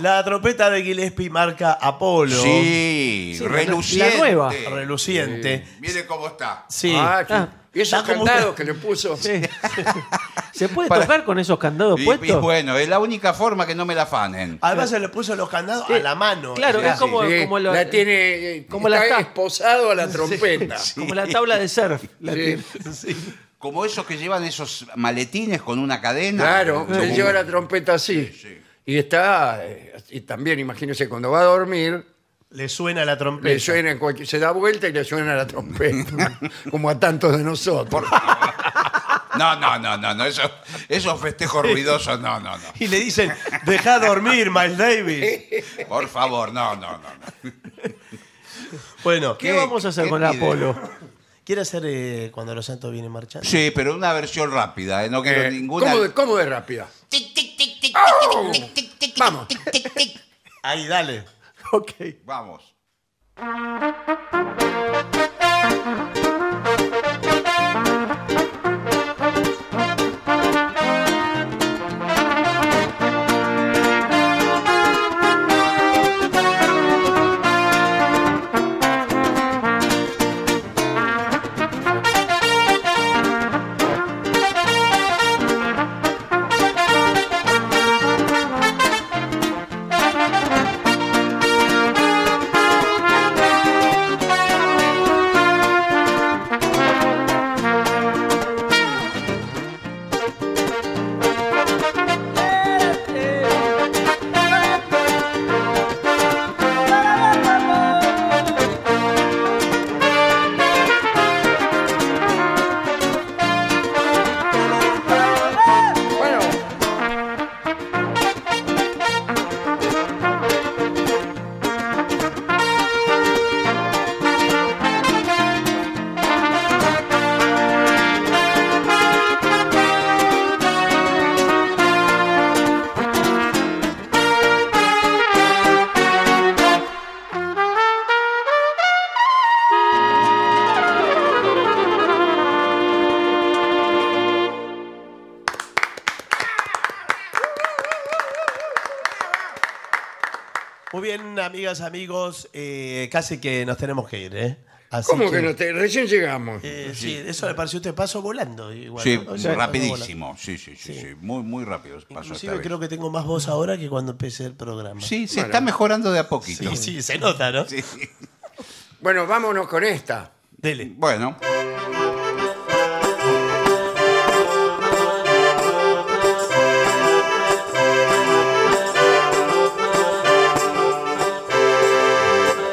C: La trompeta de Gillespie marca Apolo.
B: Sí,
D: Sí, la-
B: reluciente.
D: la nueva.
C: Reluciente.
B: Mire cómo está.
C: Sí.
A: Ah, aquí.
D: Ah.
A: y esos
C: Está como
A: candados
C: una-
A: que le puso.
D: Sí. ¿Se puede
B: Para-
D: tocar con esos candados
B: Y- Y,
D: puestos?
B: bueno, es la única forma que no me la afanen.
C: Además se le puso los candados a la mano.
D: Claro,
B: Sí,
D: es como,
A: Sí,
D: como, lo-
A: la tiene eh,
D: como
A: está
D: la tapa.
A: esposado a la trompeta.
D: como la tabla de surf. la
A: Sí,
D: tiene.
B: Como esos que llevan esos maletines con una cadena.
A: claro,
B: Yo-
A: él lleva la trompeta así. Y está, eh, y también imagínese cuando va a dormir,
C: Le suena la trompeta.
A: le suena en cualquier- se da vuelta y le suena la trompeta, como a tantos de nosotros.
B: No, no, no, no, no, eso- esos festejos ruidosos, no, no, no.
C: Y le dicen, deja dormir, Miles Davis.
B: Por favor, no, no, no. no.
C: Bueno,
D: ¿Qué,
B: ¿Qué-
D: vamos a hacer
B: qué
D: con la
B: pide?
D: Apolo?
C: quiere hacer eh, cuando los santos vienen marchando.
B: Sí, pero una versión rápida, ¿eh? no quiero
A: Eh,
B: ninguna.
A: ¿cómo, de, cómo de rápida?
G: Tic, tic, tic, tic,
A: Oh.
G: tic, tic, tic, tic,
A: Vamos.
G: tic, tic, tic.
C: Ahí, dale.
D: Ok.
B: Vamos.
A: Bueno,
C: Muy bien, amigas, amigos, eh, casi que nos tenemos que ir, ¿eh? Así
A: ¿cómo que no te- recién llegamos.
C: eh, sí, eso le pareció usted paso volando. Igual,
B: Sí,
C: ¿no? O sea,
B: rapidísimo. Sí, sí, sí, sí, Muy, muy rápido.
C: paso volando.
B: Pasó esta
C: Inclusive
B: vez.
C: creo que tengo más voz ahora que cuando empecé el programa.
B: Sí, se está mejorando de a poquito.
C: sí, sí, se nota, ¿no?
B: Sí.
A: Bueno, vámonos con esta.
C: Dele.
B: Bueno.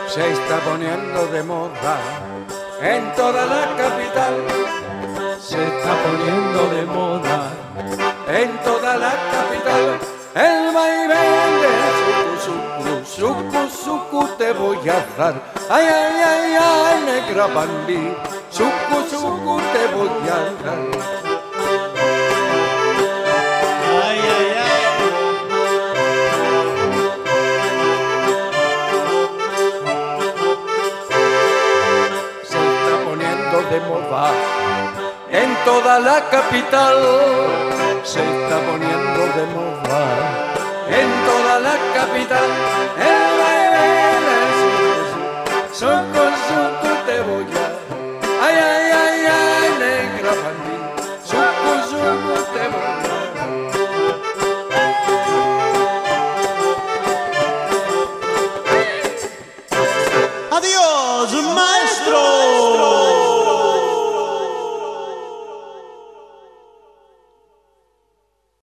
A: se está poniendo de moda en toda la capital,
D: Se está poniendo de moda.
A: en toda la capital. El vaivén de sucu, sucu, sucu, sucu, te voy a dar. Ay, ay, ay, ay, negra bandí, sucu, sucu, te voy a dar.
C: Ay, ay, ay.
A: Se está poniendo de moda en toda la capital. Se está poniendo de moda en toda la capital. El baile del sucu, sucu, sucu, te voy a. Ay, ay, ay, ay, negra bandida. Sucu, sucu, te voy a.
C: Adiós, my